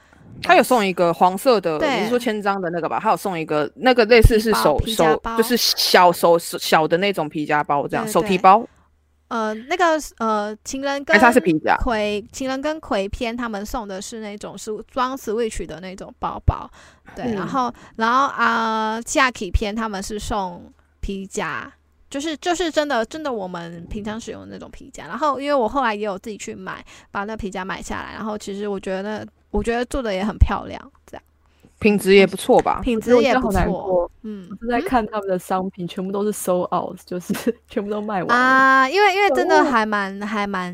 Speaker 1: 他有送一个黄色的，
Speaker 3: 对
Speaker 1: 你是说千张的那个吧？他有送一个那个类似是
Speaker 3: 皮包
Speaker 1: 手
Speaker 3: 皮夹
Speaker 1: 手，
Speaker 3: 包
Speaker 1: 就是小手手小的那种皮夹包，这样
Speaker 3: 对
Speaker 1: 手
Speaker 3: 对
Speaker 1: 提包，
Speaker 3: 呃那个呃情人
Speaker 1: 还
Speaker 3: 跟
Speaker 1: 是哎它是皮夹？
Speaker 3: 葵情人跟葵篇，他们送的是那种是装 Switch 的那种包包，对，
Speaker 1: 嗯
Speaker 3: 然后然后啊，夏、k 篇他们是送皮夹，就是就是真的真的我们平常使用的那种皮夹。然后因为我后来也有自己去买，把那皮夹买下来，然后其实我觉得我觉得做的也很漂亮，这样
Speaker 1: 品质也不错吧？
Speaker 3: 品
Speaker 2: 可是
Speaker 3: 质
Speaker 2: 我真
Speaker 3: 也
Speaker 2: 的
Speaker 3: 不
Speaker 2: 好难
Speaker 3: 错，
Speaker 2: 过。
Speaker 3: 嗯
Speaker 2: 我。是在看他们的商品，全部都是 sold out，就是 (laughs) 全部都卖完了。
Speaker 3: 啊，因为因为
Speaker 2: 可
Speaker 3: 真的
Speaker 2: 恶
Speaker 3: 还蛮还蛮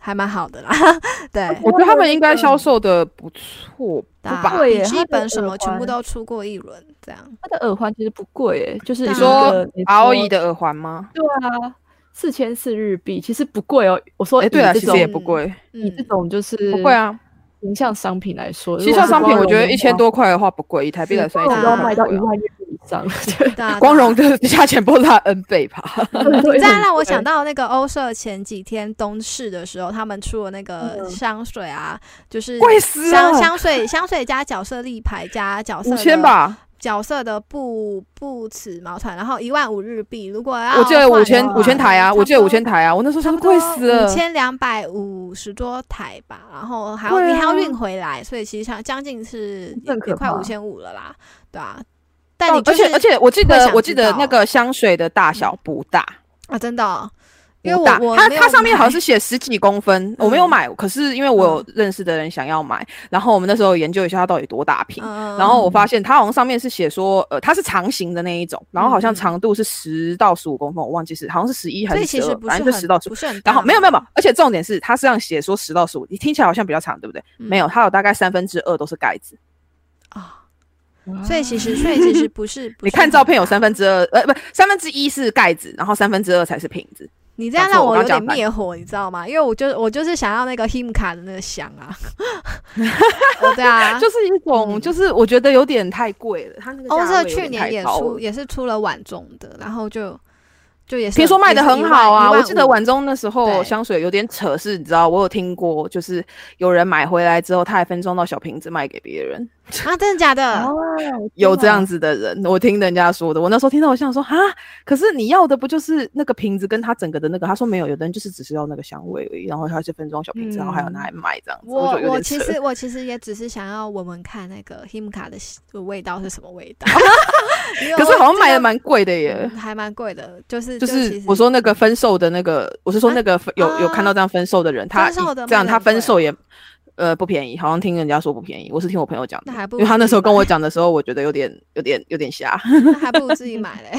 Speaker 3: 还蛮好的啦， (laughs) 对，
Speaker 1: 我觉得他们应该销售的不错吧？
Speaker 2: 对耶
Speaker 3: 基
Speaker 2: 它的
Speaker 3: 啊本什
Speaker 2: 耳
Speaker 3: 么全部
Speaker 2: 环
Speaker 3: 都出过一轮，这样
Speaker 2: 它的耳环其实不贵诶，就是
Speaker 3: 你
Speaker 2: 一
Speaker 1: 说
Speaker 2: 个你
Speaker 1: R O E 的耳环吗？
Speaker 2: 对啊，四千四日币其实不贵哦。我说
Speaker 1: 哎，
Speaker 2: 以
Speaker 1: 对啊，
Speaker 2: 这
Speaker 1: 其
Speaker 2: 种
Speaker 1: 实也不贵，
Speaker 2: 以这
Speaker 3: 嗯，
Speaker 2: 种就是
Speaker 1: 不贵，啊。
Speaker 2: 形象商品来说，
Speaker 1: 其实像商品，
Speaker 2: 如
Speaker 1: 我
Speaker 2: 果是
Speaker 1: 觉得
Speaker 2: 光
Speaker 1: 一千多块的话不贵，以台币
Speaker 2: 荣
Speaker 1: 来
Speaker 2: 的
Speaker 1: 算
Speaker 2: 话，
Speaker 1: 一
Speaker 2: 我
Speaker 1: 千
Speaker 2: 都
Speaker 1: 多
Speaker 2: 要
Speaker 1: 块
Speaker 2: 卖
Speaker 1: 不
Speaker 2: 到
Speaker 1: 贵
Speaker 2: 一
Speaker 1: 啊。
Speaker 2: 万日币以上，对，啊
Speaker 3: 对啊
Speaker 1: 光
Speaker 3: 对啊
Speaker 1: 荣的价钱不是它 N 倍吧？
Speaker 3: 你
Speaker 2: 你
Speaker 3: 知道让我想到那个欧社前几天东市的时候，他们出了那个
Speaker 2: 嗯
Speaker 3: 香水啊，就是
Speaker 1: 贵死
Speaker 3: 香
Speaker 1: 了，
Speaker 3: 香水香水加角色立牌加角色
Speaker 1: 五
Speaker 3: 的
Speaker 1: 千吧？
Speaker 3: 角色的布布齿毛毯，然后一万五日币。如果要
Speaker 1: 我记得
Speaker 3: 换
Speaker 1: 五
Speaker 3: 的
Speaker 1: 千
Speaker 3: 话
Speaker 1: 五千台啊，我记得五千
Speaker 3: 哦差
Speaker 1: 台啊，我那时候想说
Speaker 3: 不多
Speaker 1: 贵死
Speaker 3: 五
Speaker 1: 了。
Speaker 3: 千两百五十多台吧，然后还要、
Speaker 1: 对啊
Speaker 3: 你还要运回来，所以其实上将近是也
Speaker 2: 更可
Speaker 3: 也快
Speaker 2: 怕
Speaker 3: 五千五了啦，对啊。但你、就
Speaker 1: 哦而
Speaker 3: 是、
Speaker 1: 且而且我记
Speaker 3: 会
Speaker 1: 得
Speaker 3: 想
Speaker 1: 我记
Speaker 3: 知
Speaker 1: 得
Speaker 3: 道
Speaker 1: 那个香水的大小不大，
Speaker 3: 啊，真的哦、因为
Speaker 1: 不
Speaker 3: 我
Speaker 1: 大，
Speaker 3: 我
Speaker 1: 它
Speaker 3: 没有
Speaker 1: 它上面
Speaker 3: 买嗯
Speaker 1: 好像是写十几公分，我没有买，可是因为我有认识的人想要买，然后我们那时候研究一下它到底多大瓶，
Speaker 3: 嗯
Speaker 1: 然后我发现它好像上面是写说，呃，它是长形的那一种，然后好像长度是十到十五公分，我忘记是好像是十一还
Speaker 3: 嗯所
Speaker 1: 是
Speaker 3: 以其
Speaker 1: 十
Speaker 3: 实
Speaker 1: 二，
Speaker 3: 不是
Speaker 1: 反正就
Speaker 3: 很
Speaker 1: 十到十五。
Speaker 3: 不是很大
Speaker 1: 然
Speaker 3: 嘛，
Speaker 1: 后没有没有没有，而且重点是它是这样写说十到十五，你听起来好像比较长，对不对？
Speaker 3: 嗯
Speaker 1: 没有，它有大概三分之二都是盖子。
Speaker 3: 啊、
Speaker 2: 哇
Speaker 3: 所以其实所以其实
Speaker 1: (laughs)
Speaker 3: 不是，不
Speaker 1: 你
Speaker 3: 是
Speaker 1: 看
Speaker 3: 很
Speaker 1: 照片有
Speaker 3: 大
Speaker 1: 三，分之二，呃，不，三分之一是盖子，然后三分之二才是瓶子。
Speaker 3: 你这样
Speaker 1: 搞错
Speaker 3: 让
Speaker 1: 我
Speaker 3: 我
Speaker 1: 刚
Speaker 3: 有点
Speaker 1: 讲反
Speaker 3: 灭火，你知道吗？因为我就我就是想要那个 him 卡的那个香啊， (laughs) 哦对啊，
Speaker 1: (laughs) 就是一种，
Speaker 3: 嗯
Speaker 1: 就是我觉得有点太贵了。它那个
Speaker 3: 欧
Speaker 1: 价
Speaker 3: 社
Speaker 1: 位有
Speaker 3: 去
Speaker 1: 点
Speaker 3: 年
Speaker 1: 太
Speaker 3: 也
Speaker 1: 高
Speaker 3: 出
Speaker 1: 了，
Speaker 3: 也是出了晚中的，然后就就也是
Speaker 1: 听说卖的很好啊。我记得
Speaker 3: 晚
Speaker 1: 晚中那时候
Speaker 3: 对
Speaker 1: 香水有点扯是，你知道，我有听过，就是有人买回来之后，他还分装到小瓶子卖给别人，
Speaker 3: 啊，真的假
Speaker 1: 哦
Speaker 3: 的？
Speaker 2: 哦
Speaker 1: 有这样
Speaker 2: 子，
Speaker 1: 子的人，我听人家说的。我那时候听到，我想说啊，可是你要的不就是那个瓶子跟它整个的那个？他说没有，有的人就是只是要那个香味而已，然后他就分装小瓶子，然后还有拿来卖这样子。
Speaker 3: 嗯我
Speaker 1: 就有
Speaker 3: 我
Speaker 1: 点
Speaker 3: 其
Speaker 1: 扯。 (laughs)
Speaker 3: 实我其实也只是想要闻闻看那个 him 卡的味道是什么味
Speaker 1: (laughs)
Speaker 3: 道， (laughs) 因为
Speaker 1: 可是
Speaker 3: 我
Speaker 1: 好像
Speaker 3: 这
Speaker 1: 卖的
Speaker 3: 个
Speaker 1: 蛮贵的耶。
Speaker 3: 嗯还蛮贵的，就是
Speaker 1: 就
Speaker 3: 其
Speaker 1: 是
Speaker 3: 实
Speaker 1: 我说那个分售的那个，我是说
Speaker 3: 啊
Speaker 1: 那个分有有看到
Speaker 3: 啊
Speaker 1: 这样分售的人，他
Speaker 3: 分售的
Speaker 1: 一这样
Speaker 3: 卖得
Speaker 1: 他
Speaker 3: 很贵
Speaker 1: 分售也呃不便宜，好像听人家说不便宜，我是听我朋友讲的
Speaker 3: 那，还不
Speaker 1: 因
Speaker 3: 如
Speaker 1: 为他那时候
Speaker 3: 自己
Speaker 1: 跟我讲的时候，我觉得有点有点有点
Speaker 3: (laughs)
Speaker 1: 瞎，
Speaker 3: 那还不如自己买嘞。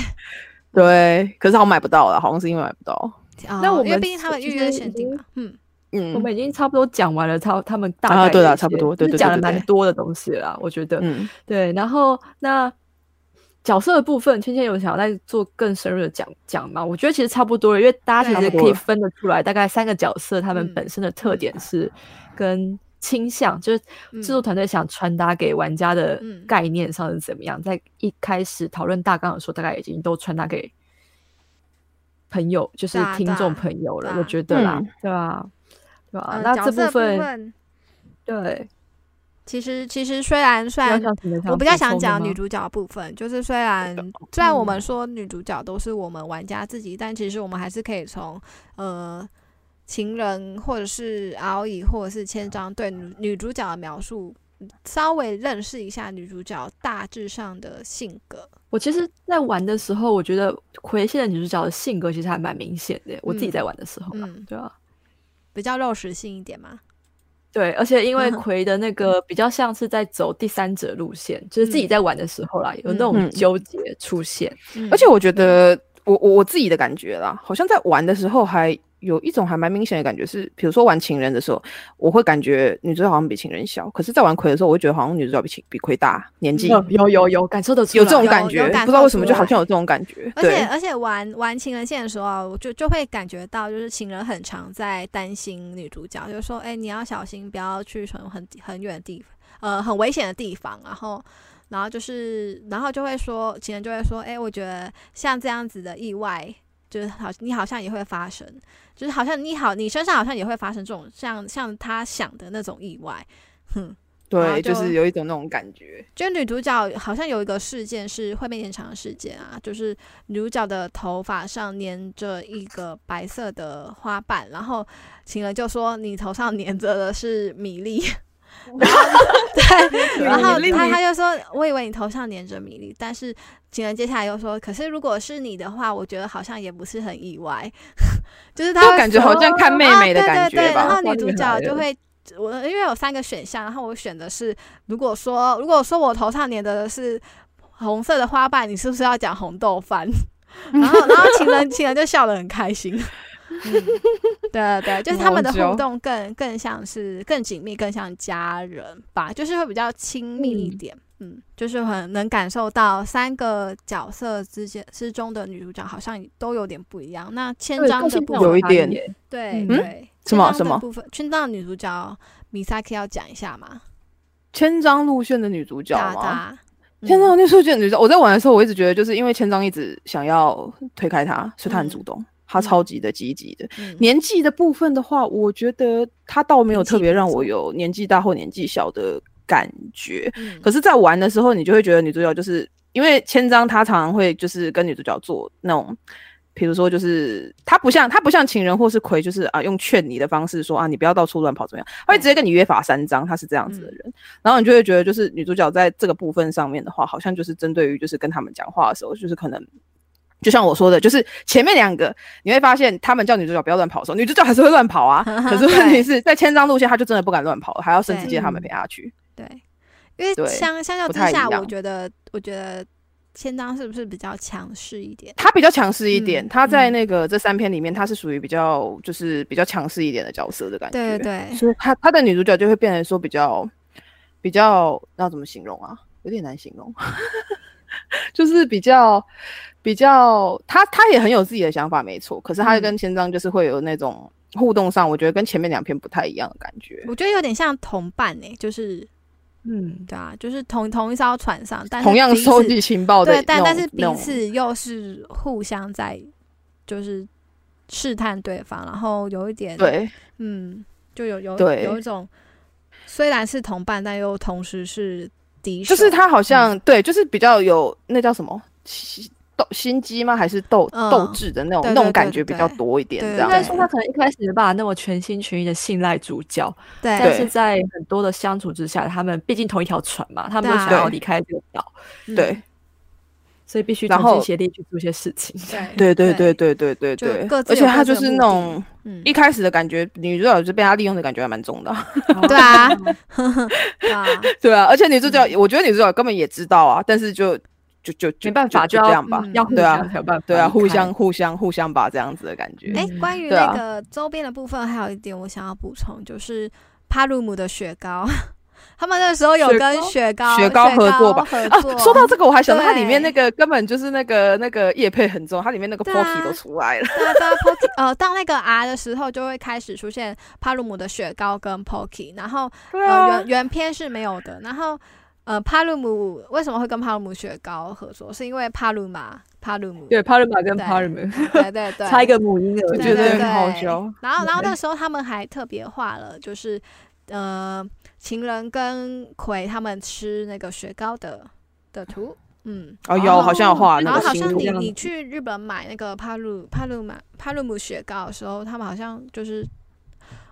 Speaker 1: 对，可是好像买不到了，好像是因为买不到，
Speaker 2: (laughs) 那
Speaker 3: 哦
Speaker 2: 我
Speaker 3: 因为
Speaker 2: 们
Speaker 3: 毕竟他们
Speaker 2: 其
Speaker 3: 预约
Speaker 2: 实
Speaker 3: 限
Speaker 2: 已
Speaker 3: 定
Speaker 2: 经
Speaker 3: 嘛，嗯，
Speaker 2: 我
Speaker 1: 嗯
Speaker 2: 们已经差不多讲完了，他他们大概
Speaker 1: 啊对
Speaker 2: 的
Speaker 1: 啦
Speaker 2: 一
Speaker 1: 差不
Speaker 2: 些
Speaker 1: 多对
Speaker 2: 就
Speaker 1: 对
Speaker 2: 是讲
Speaker 1: 对
Speaker 2: 了
Speaker 1: 对
Speaker 2: 蛮
Speaker 3: 对
Speaker 2: 多的东西啦，我觉得
Speaker 1: 嗯，
Speaker 2: 对。然后那角色的部分，芊芊有想要再做更深入的讲讲吗？我觉得其实差不多了，因为大家其
Speaker 3: 对
Speaker 1: 差
Speaker 2: 实
Speaker 1: 不
Speaker 2: 可
Speaker 1: 多
Speaker 2: 以
Speaker 1: 了
Speaker 2: 分得出来，大概三个角色他们
Speaker 3: 嗯
Speaker 2: 本身的特点是跟倾向，就是制作团队想传达给玩家的
Speaker 3: 嗯
Speaker 2: 概念上是怎么样，在一开始讨论大纲的时候，大概已经都传达给朋友，就是
Speaker 3: 对啊
Speaker 2: 听
Speaker 3: 对啊
Speaker 2: 众朋友了，
Speaker 3: 对啊
Speaker 2: 我觉得啦
Speaker 1: 嗯，
Speaker 2: 对吧？对吧？
Speaker 3: 呃
Speaker 2: 啊那
Speaker 3: 角
Speaker 2: 这
Speaker 3: 色
Speaker 2: 部分
Speaker 3: 分
Speaker 2: 对，
Speaker 3: 其实其实虽然虽
Speaker 2: 你要
Speaker 3: 然
Speaker 2: 讲什么
Speaker 3: 我比较想
Speaker 2: 补充的
Speaker 3: 讲
Speaker 2: 吗
Speaker 3: 女主角的部分，就是虽然
Speaker 2: 哦
Speaker 3: 虽然我
Speaker 2: 嗯
Speaker 3: 们说女主角都是我们玩家自己，但其实我们还是可以从呃情人或者是敖乙或者是千章对女女主角的描述，稍微认识一下女主角大致上的性格。
Speaker 2: 我其实，在玩的时候，我觉得葵现在女主角的性格其啊实还蛮明显的。我自己在玩的时候啦，
Speaker 3: 嗯
Speaker 2: 对啊，
Speaker 3: 比较肉食性一点嘛，
Speaker 2: 对，而且因为
Speaker 3: 嗯哼
Speaker 2: 葵的那个比较像是在走第三者路线，就是自
Speaker 3: 嗯
Speaker 2: 己在玩的时候啦，有那
Speaker 1: 嗯
Speaker 2: 种纠结出现。
Speaker 3: 嗯
Speaker 1: 而且我觉得我我我自己的感觉啦，好像在玩的时候还有一种还蛮明显的感觉是，比如说玩情人的时候，我会感觉女主角好像比情人小，可是，在玩葵的时候，我会觉得好像女主角比情比葵大，年纪
Speaker 2: 有嗯有有有感受得出
Speaker 1: 有
Speaker 2: 来，
Speaker 1: 这种
Speaker 3: 有
Speaker 1: 感
Speaker 3: 有
Speaker 1: 觉，
Speaker 3: 感
Speaker 1: 不知道
Speaker 3: 受
Speaker 1: 为什么
Speaker 3: 出
Speaker 1: 就好
Speaker 3: 来
Speaker 1: 像有这种感觉。
Speaker 3: 而且
Speaker 1: 对，
Speaker 3: 而且玩玩情人线的时候啊，我就就会感觉到，就是情人很常在担心女主角，就是说，哎、你要小心，不要去很很很远的地方，呃，很危险的地方。然后，然后就是，然后就会说，情人就会说，哎、我觉得像这样子的意外，就是好，你好像也会发生，就是好像你好，你身上好像也会发生这种像像他想的那种意外。哼，然后
Speaker 1: 对，就
Speaker 3: 就是
Speaker 1: 有一种那种感
Speaker 3: (laughs)
Speaker 1: 觉。
Speaker 3: 就女主角好像有一个事件是会被延长的事件啊，就是女主角的头发上粘着一个白色的花瓣，然后情人就说你头上粘着的是米
Speaker 1: (laughs)
Speaker 3: 粒，然后
Speaker 1: 米粒
Speaker 3: 他他就说我以为你头上粘着米粒，但是情人接下来又说，可是如果是你的话，我觉得好像也不是很意外， (laughs) 就是他
Speaker 1: 就
Speaker 3: 会
Speaker 1: 感觉好像看妹妹的感觉
Speaker 3: 啊、对对对，
Speaker 1: 吧
Speaker 3: 然后女
Speaker 2: 换
Speaker 3: 主
Speaker 2: 女
Speaker 3: 角
Speaker 2: 孩
Speaker 3: 就
Speaker 2: 了
Speaker 3: 会。我因为有三个选项，然后我选的是，如果说如果说我头上粘的是红色的花瓣，你是不是要讲红豆饭？然后然后
Speaker 1: (laughs)
Speaker 3: 情人情人就笑得很开心。嗯，对对，就是他们的
Speaker 1: 好久
Speaker 3: 互动更更像是更紧密，更像家人吧，就是会比较亲密一点。嗯就是很能感受到三个角色之间之中的女主角好像都有点不一样。那千
Speaker 2: 对
Speaker 3: 章
Speaker 2: 个
Speaker 3: 的
Speaker 2: 性
Speaker 3: 部
Speaker 2: 上
Speaker 1: 有
Speaker 3: 分
Speaker 1: 一
Speaker 2: 差异
Speaker 1: 点
Speaker 2: 耶
Speaker 3: 对
Speaker 2: 嗯
Speaker 3: 对，
Speaker 1: 什么
Speaker 3: 千章
Speaker 1: 什
Speaker 3: 的
Speaker 1: 么
Speaker 3: 部分？千章的女主角米萨克要讲一下吗？
Speaker 1: 千章路线的女主角
Speaker 3: 达
Speaker 1: 吗？
Speaker 3: 达，
Speaker 1: 千
Speaker 3: 嗯
Speaker 1: 章路线的女主角，我在玩的时候，我一直觉得就是因为千章一直想要推开她，所以她很
Speaker 3: 嗯
Speaker 1: 主动，她
Speaker 3: 嗯
Speaker 1: 超级的积极的。
Speaker 3: 嗯
Speaker 1: 年纪的部分的话，我觉得她倒没有
Speaker 3: 年纪
Speaker 1: 特别
Speaker 3: 不
Speaker 1: 让
Speaker 3: 错
Speaker 1: 我有年纪大或年纪小的感觉。
Speaker 3: 嗯
Speaker 1: 可是，在玩的时候，你就会觉得女主角就是因为千章，她常常会就是跟女主角做那种，比如说就是啊她不像她不像情人或是葵，就是啊用劝你的方式说啊你不要到处乱跑怎么样，她会直接跟你约法三章，她是这样子的人。然后你就会觉得就是女主角在这个部分上面的话，好像就是针对于就是跟他们讲话的时候，就是可能。就像我说的，就是前面两个你会发现，他们叫女主角不要乱跑的时候，女主角还是会乱跑啊。可是问题
Speaker 3: 对
Speaker 1: 是在千张路线，她就真的不敢乱跑，还要甚至
Speaker 3: 对
Speaker 1: 接他们陪她去。
Speaker 3: 对，因为
Speaker 1: 对
Speaker 3: 相相较
Speaker 1: 不
Speaker 3: 之
Speaker 1: 太一
Speaker 3: 下，我
Speaker 1: 样
Speaker 3: 觉得我觉得千章是不是比较强势一点？
Speaker 1: 他比较强势一点，
Speaker 3: 嗯
Speaker 1: 他在
Speaker 3: 嗯
Speaker 1: 那个这三篇里面，他是属于比较就是比较强势一点的角色的感觉。
Speaker 3: 对对对，
Speaker 1: 所以他他的女主角就会变成说比较比较，那怎么形容啊？有点难形容， (laughs) 就是比较比较，他他也很有自己的想法，没错。可是他
Speaker 3: 嗯
Speaker 1: 跟千章就是会有那种互动上，我觉得跟前面两篇不太一样的感觉。
Speaker 3: 我觉得有点像同伴呢、就是
Speaker 2: 嗯，
Speaker 3: 对啊，就是同同一艘船上，但是
Speaker 1: 同样
Speaker 3: 嗯彼此
Speaker 1: 收集情报的
Speaker 3: 对，但
Speaker 1: 那
Speaker 3: 但
Speaker 1: 种
Speaker 3: 是彼
Speaker 1: 那种
Speaker 3: 此又是互相在就是试探对方，然后有一点，
Speaker 1: 对
Speaker 3: 嗯，就有有
Speaker 1: 对
Speaker 3: 有一种虽然是同伴，但又同时是敌手，嗯
Speaker 1: 就是他好像、对，就是比较有那叫什么心斗心机吗？还是斗、
Speaker 3: 嗯
Speaker 1: 斗志的那种
Speaker 3: 对对
Speaker 1: 那
Speaker 3: 对
Speaker 1: 种感觉比较
Speaker 3: 对
Speaker 1: 多一点，
Speaker 3: 对
Speaker 1: 这
Speaker 2: 应
Speaker 1: 样
Speaker 2: 该
Speaker 1: 子
Speaker 2: 说他可能一开始没办法那么全心全意的信赖主角，
Speaker 3: 对
Speaker 2: 但是在很多的相处之下，他们毕竟同一条船嘛，他们都
Speaker 3: 对啊
Speaker 2: 想要离开这个岛，
Speaker 3: 嗯
Speaker 1: 对
Speaker 2: 所以必须
Speaker 1: 然
Speaker 2: 同心
Speaker 1: 后
Speaker 2: 协力去做一些事情。
Speaker 1: 对对对对对对
Speaker 3: 就
Speaker 1: 对，
Speaker 3: 各自
Speaker 1: 而且
Speaker 3: 有
Speaker 1: 他
Speaker 3: 各
Speaker 1: 就
Speaker 3: 自的
Speaker 1: 是
Speaker 3: 目
Speaker 1: 那种
Speaker 3: 嗯
Speaker 1: 一开始的感觉，女主角就被他利用的感觉还蛮重的啊， (laughs)
Speaker 3: 对
Speaker 2: (laughs)
Speaker 3: 啊，对啊，
Speaker 1: 对啊，而且女主角、
Speaker 3: 嗯
Speaker 1: 我觉得女主角根本也知道啊，但是就就就就
Speaker 2: 没办法
Speaker 1: 就
Speaker 2: 就
Speaker 1: 这
Speaker 2: 要
Speaker 1: 样吧，
Speaker 3: 嗯
Speaker 2: 要互
Speaker 1: 对啊
Speaker 2: 相才有办法，
Speaker 1: 对啊，互相。互相互相吧这样子的感觉，
Speaker 3: 哎、
Speaker 2: 嗯
Speaker 3: 关于
Speaker 1: 对
Speaker 3: 那
Speaker 1: 啊
Speaker 3: 个周边的部分，还有一点我想要补充，就是帕鲁姆的雪糕， (laughs) 他们那时候有
Speaker 1: 雪
Speaker 3: 跟
Speaker 1: 糕
Speaker 3: 雪糕
Speaker 1: 雪糕合作吧
Speaker 3: 合
Speaker 1: 啊
Speaker 3: 作，
Speaker 1: 说到这个，我还想到它里面
Speaker 3: 对
Speaker 1: 那个根本就是那个那个叶配很重，它里面那个
Speaker 3: 对
Speaker 1: p o
Speaker 3: 啊
Speaker 1: c k y 都出来了。
Speaker 3: 对啊，对啊 Pocky，呃，到那个 R 的时候，就会开始出现帕鲁姆的雪糕跟 Pocky，然后
Speaker 1: 对
Speaker 3: 呃
Speaker 1: 啊
Speaker 3: 原，原片是没有的，然后呃帕鲁姆为什么会跟帕鲁姆雪糕合作，是因为帕鲁玛帕鲁姆，
Speaker 2: 对 p a r m a 跟
Speaker 3: 对
Speaker 2: p a r m a
Speaker 3: 对对对，
Speaker 2: 差一个母音而
Speaker 1: 我
Speaker 2: 已。
Speaker 1: 觉得
Speaker 3: 对对
Speaker 1: 很好
Speaker 3: 对哦
Speaker 1: 笑。
Speaker 3: 然后，然后
Speaker 2: 对
Speaker 3: 那时候他们还特别画了，就是呃，情人跟葵他们吃那个雪糕的的图，嗯，
Speaker 1: 哦，
Speaker 3: 然
Speaker 1: 有
Speaker 3: 后
Speaker 1: 好像有画
Speaker 3: 然
Speaker 1: 那
Speaker 3: 后
Speaker 1: 个
Speaker 3: 好
Speaker 1: 新
Speaker 3: 像
Speaker 1: 图
Speaker 3: 你
Speaker 2: 样
Speaker 3: 你
Speaker 2: 子
Speaker 3: 去日本买那个帕鲁帕鲁玛帕鲁姆雪糕的时候，他们好像就是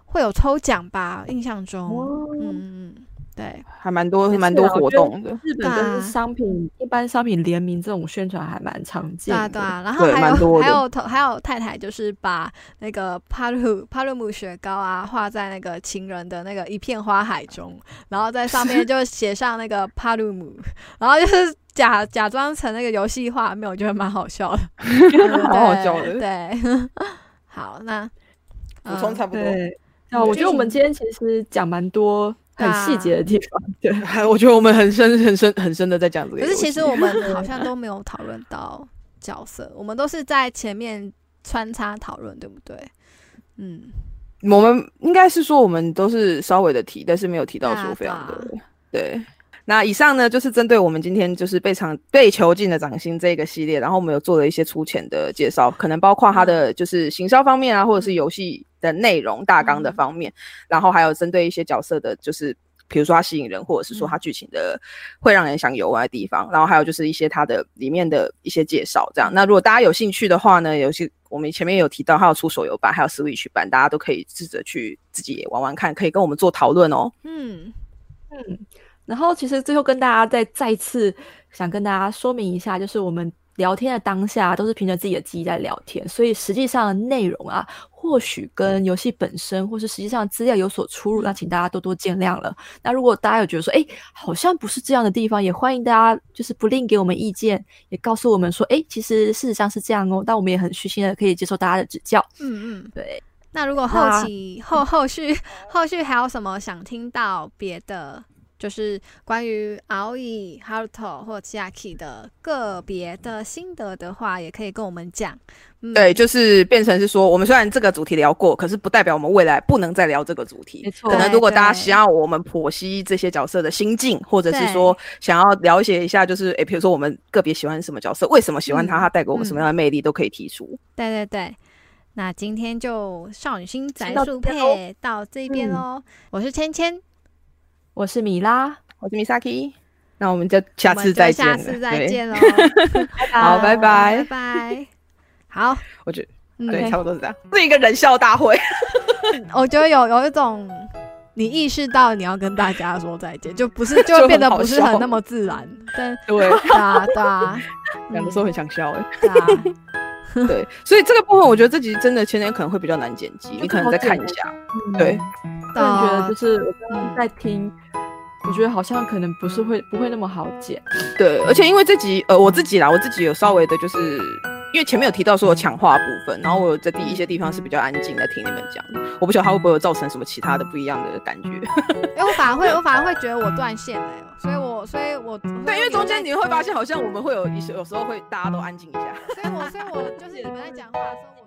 Speaker 3: 会有抽奖吧，印象中，
Speaker 2: 哦
Speaker 3: 嗯嗯嗯，对，
Speaker 1: 还蛮多
Speaker 2: 没
Speaker 1: 蛮
Speaker 2: 事
Speaker 1: 多
Speaker 2: 啊我
Speaker 1: 活
Speaker 2: 觉得
Speaker 1: 动的，
Speaker 2: 日本跟商品、一般商品联名这种宣传还蛮常见
Speaker 3: 对啊
Speaker 2: 的。
Speaker 3: 对啊，然后
Speaker 1: 对
Speaker 3: 还
Speaker 1: 蛮
Speaker 3: 有
Speaker 1: 多的
Speaker 3: 还有头还有太太就是把那个帕鲁帕鲁姆雪糕啊画在那个情人的那个一片花海中，然后在上面就写上那个帕鲁姆，然后就是假假装成那个游戏画面，我觉得蛮好笑的，
Speaker 1: 蛮 (laughs) 好笑的
Speaker 3: 对， (laughs) 好，那
Speaker 1: 补充
Speaker 3: 嗯
Speaker 1: 差不多。
Speaker 2: 对，那我觉得我们今天其实讲蛮多很
Speaker 3: 啊
Speaker 2: 细节的地方。对，
Speaker 1: (laughs) 我觉得我们很深、很深、很深的在讲这个
Speaker 3: 可
Speaker 1: 游戏。
Speaker 3: 是其实我
Speaker 1: (laughs)
Speaker 3: 们好像都没有讨论到角色，我们都是在前面穿插讨论，对不对？嗯，
Speaker 1: 我们应该是说我们都是稍微的提，但是没有提到
Speaker 3: 对啊
Speaker 1: 说非常的
Speaker 3: 对
Speaker 1: 对。那以上呢，就是针对我们今天就是被长被囚禁的掌心这个系列，然后我们有做了一些粗浅的介绍，可能包括它的就是行销方面啊，或者是游戏的内容大纲的方面，然后还有针对一些角色的，就是比如说它吸引人，或者是说它剧情的会让人想游玩的地方，然后还有就是一些它的里面的一些介绍，这样。那如果大家有兴趣的话呢，有些我们前面有提到，还有出手游版，还有 Switch 版，大家都可以试着去自己也玩玩看，可以跟我们做讨论哦。
Speaker 3: 嗯，
Speaker 2: 然后其实最后跟大家再再次想跟大家说明一下，就是我们聊天的当下都是凭着自己的记忆在聊天，所以实际上的内容啊，或许跟游戏本身或是实际上资料有所出入，那请大家多多见谅了。那如果大家有觉得说，哎，好像不是这样的地方，也欢迎大家就是不吝给我们意见，也告诉我们说，哎，其实事实上是这样哦。但我们也很虚心的可以接受大家的指教。
Speaker 3: 嗯嗯，
Speaker 2: 对。
Speaker 3: 那如果后
Speaker 2: 那 (laughs)
Speaker 3: 期后后续 (laughs) 后续还有什么想听到别的，就是关于熬夜、Haruto 或 Chiaki 的个别的心得的话，也可以跟我们讲。嗯，
Speaker 1: 对，就是变成是说，我们虽然这个主题聊过，可是不代表我们未来不能再聊这个主题。
Speaker 2: 没错
Speaker 1: 可能
Speaker 3: 对
Speaker 1: 如果大家
Speaker 3: 对
Speaker 1: 想要我们剖析这些角色的心境，或者是
Speaker 3: 对
Speaker 1: 说想要了解一下，就是诶，比如说我们个别喜欢什么角色，为什么喜欢他，
Speaker 3: 嗯
Speaker 1: 他带给我们什么
Speaker 3: 嗯
Speaker 1: 样的魅力，都可以提出。
Speaker 3: 对对对。那今天就少女心宅
Speaker 2: 先到
Speaker 3: 速
Speaker 2: 这边咯
Speaker 3: 配到这边
Speaker 2: 嗯
Speaker 3: 喽，我是芊芊，
Speaker 2: 我是米拉，
Speaker 1: 我是 Misaki，那我们就下
Speaker 3: 我们
Speaker 1: 次
Speaker 3: 就
Speaker 1: 再见
Speaker 3: 下
Speaker 1: 了，
Speaker 3: 次再
Speaker 1: 对。
Speaker 3: 见
Speaker 2: (laughs)
Speaker 3: 喽，
Speaker 1: (laughs)
Speaker 2: 拜
Speaker 1: 好拜拜
Speaker 3: 拜拜。好，
Speaker 1: 我觉得
Speaker 3: 嗯
Speaker 1: 对，
Speaker 2: OK
Speaker 1: 差不多是这样，是一个人笑大会。
Speaker 3: 我觉得有有一种你意识到你要跟大家说再见，就不
Speaker 1: (laughs)
Speaker 3: 是
Speaker 1: 就
Speaker 3: 就
Speaker 1: 很
Speaker 3: 变得
Speaker 1: 好
Speaker 3: 不是很
Speaker 1: 笑
Speaker 3: 那么自然。但
Speaker 1: (laughs) 对，
Speaker 3: (laughs) 对啊，
Speaker 1: (laughs)
Speaker 3: 对啊，
Speaker 1: 两个
Speaker 3: 嗯
Speaker 1: 时候很想笑哎。
Speaker 3: 对
Speaker 1: (laughs)
Speaker 3: 啊，
Speaker 1: 对，所以这个部分我觉
Speaker 3: 嗯
Speaker 1: 得这集真的前天可能会比较难剪辑，你可
Speaker 3: 哦
Speaker 1: 能再看一下。对，
Speaker 2: 个
Speaker 3: 啊
Speaker 2: 人觉得就是是我刚刚在听，我觉得好像可能不是会不会那么好解。
Speaker 1: 对，而且因为这集呃我自己啦，我自己有稍微的就是。因为前面有提到说有强化部分，然后我有在第一些地方是比较安静在听你们讲的，我不晓得它会不会有造成什么其他的不一样的感觉。
Speaker 3: 因为我反而会我反而会觉得我断线了、欸，所以我所以我
Speaker 1: (laughs) 对，因为中间你会发现，好像我们会有一些有时候会大家都安静一下。
Speaker 3: 所以我所以我就是你们在讲话的时候我。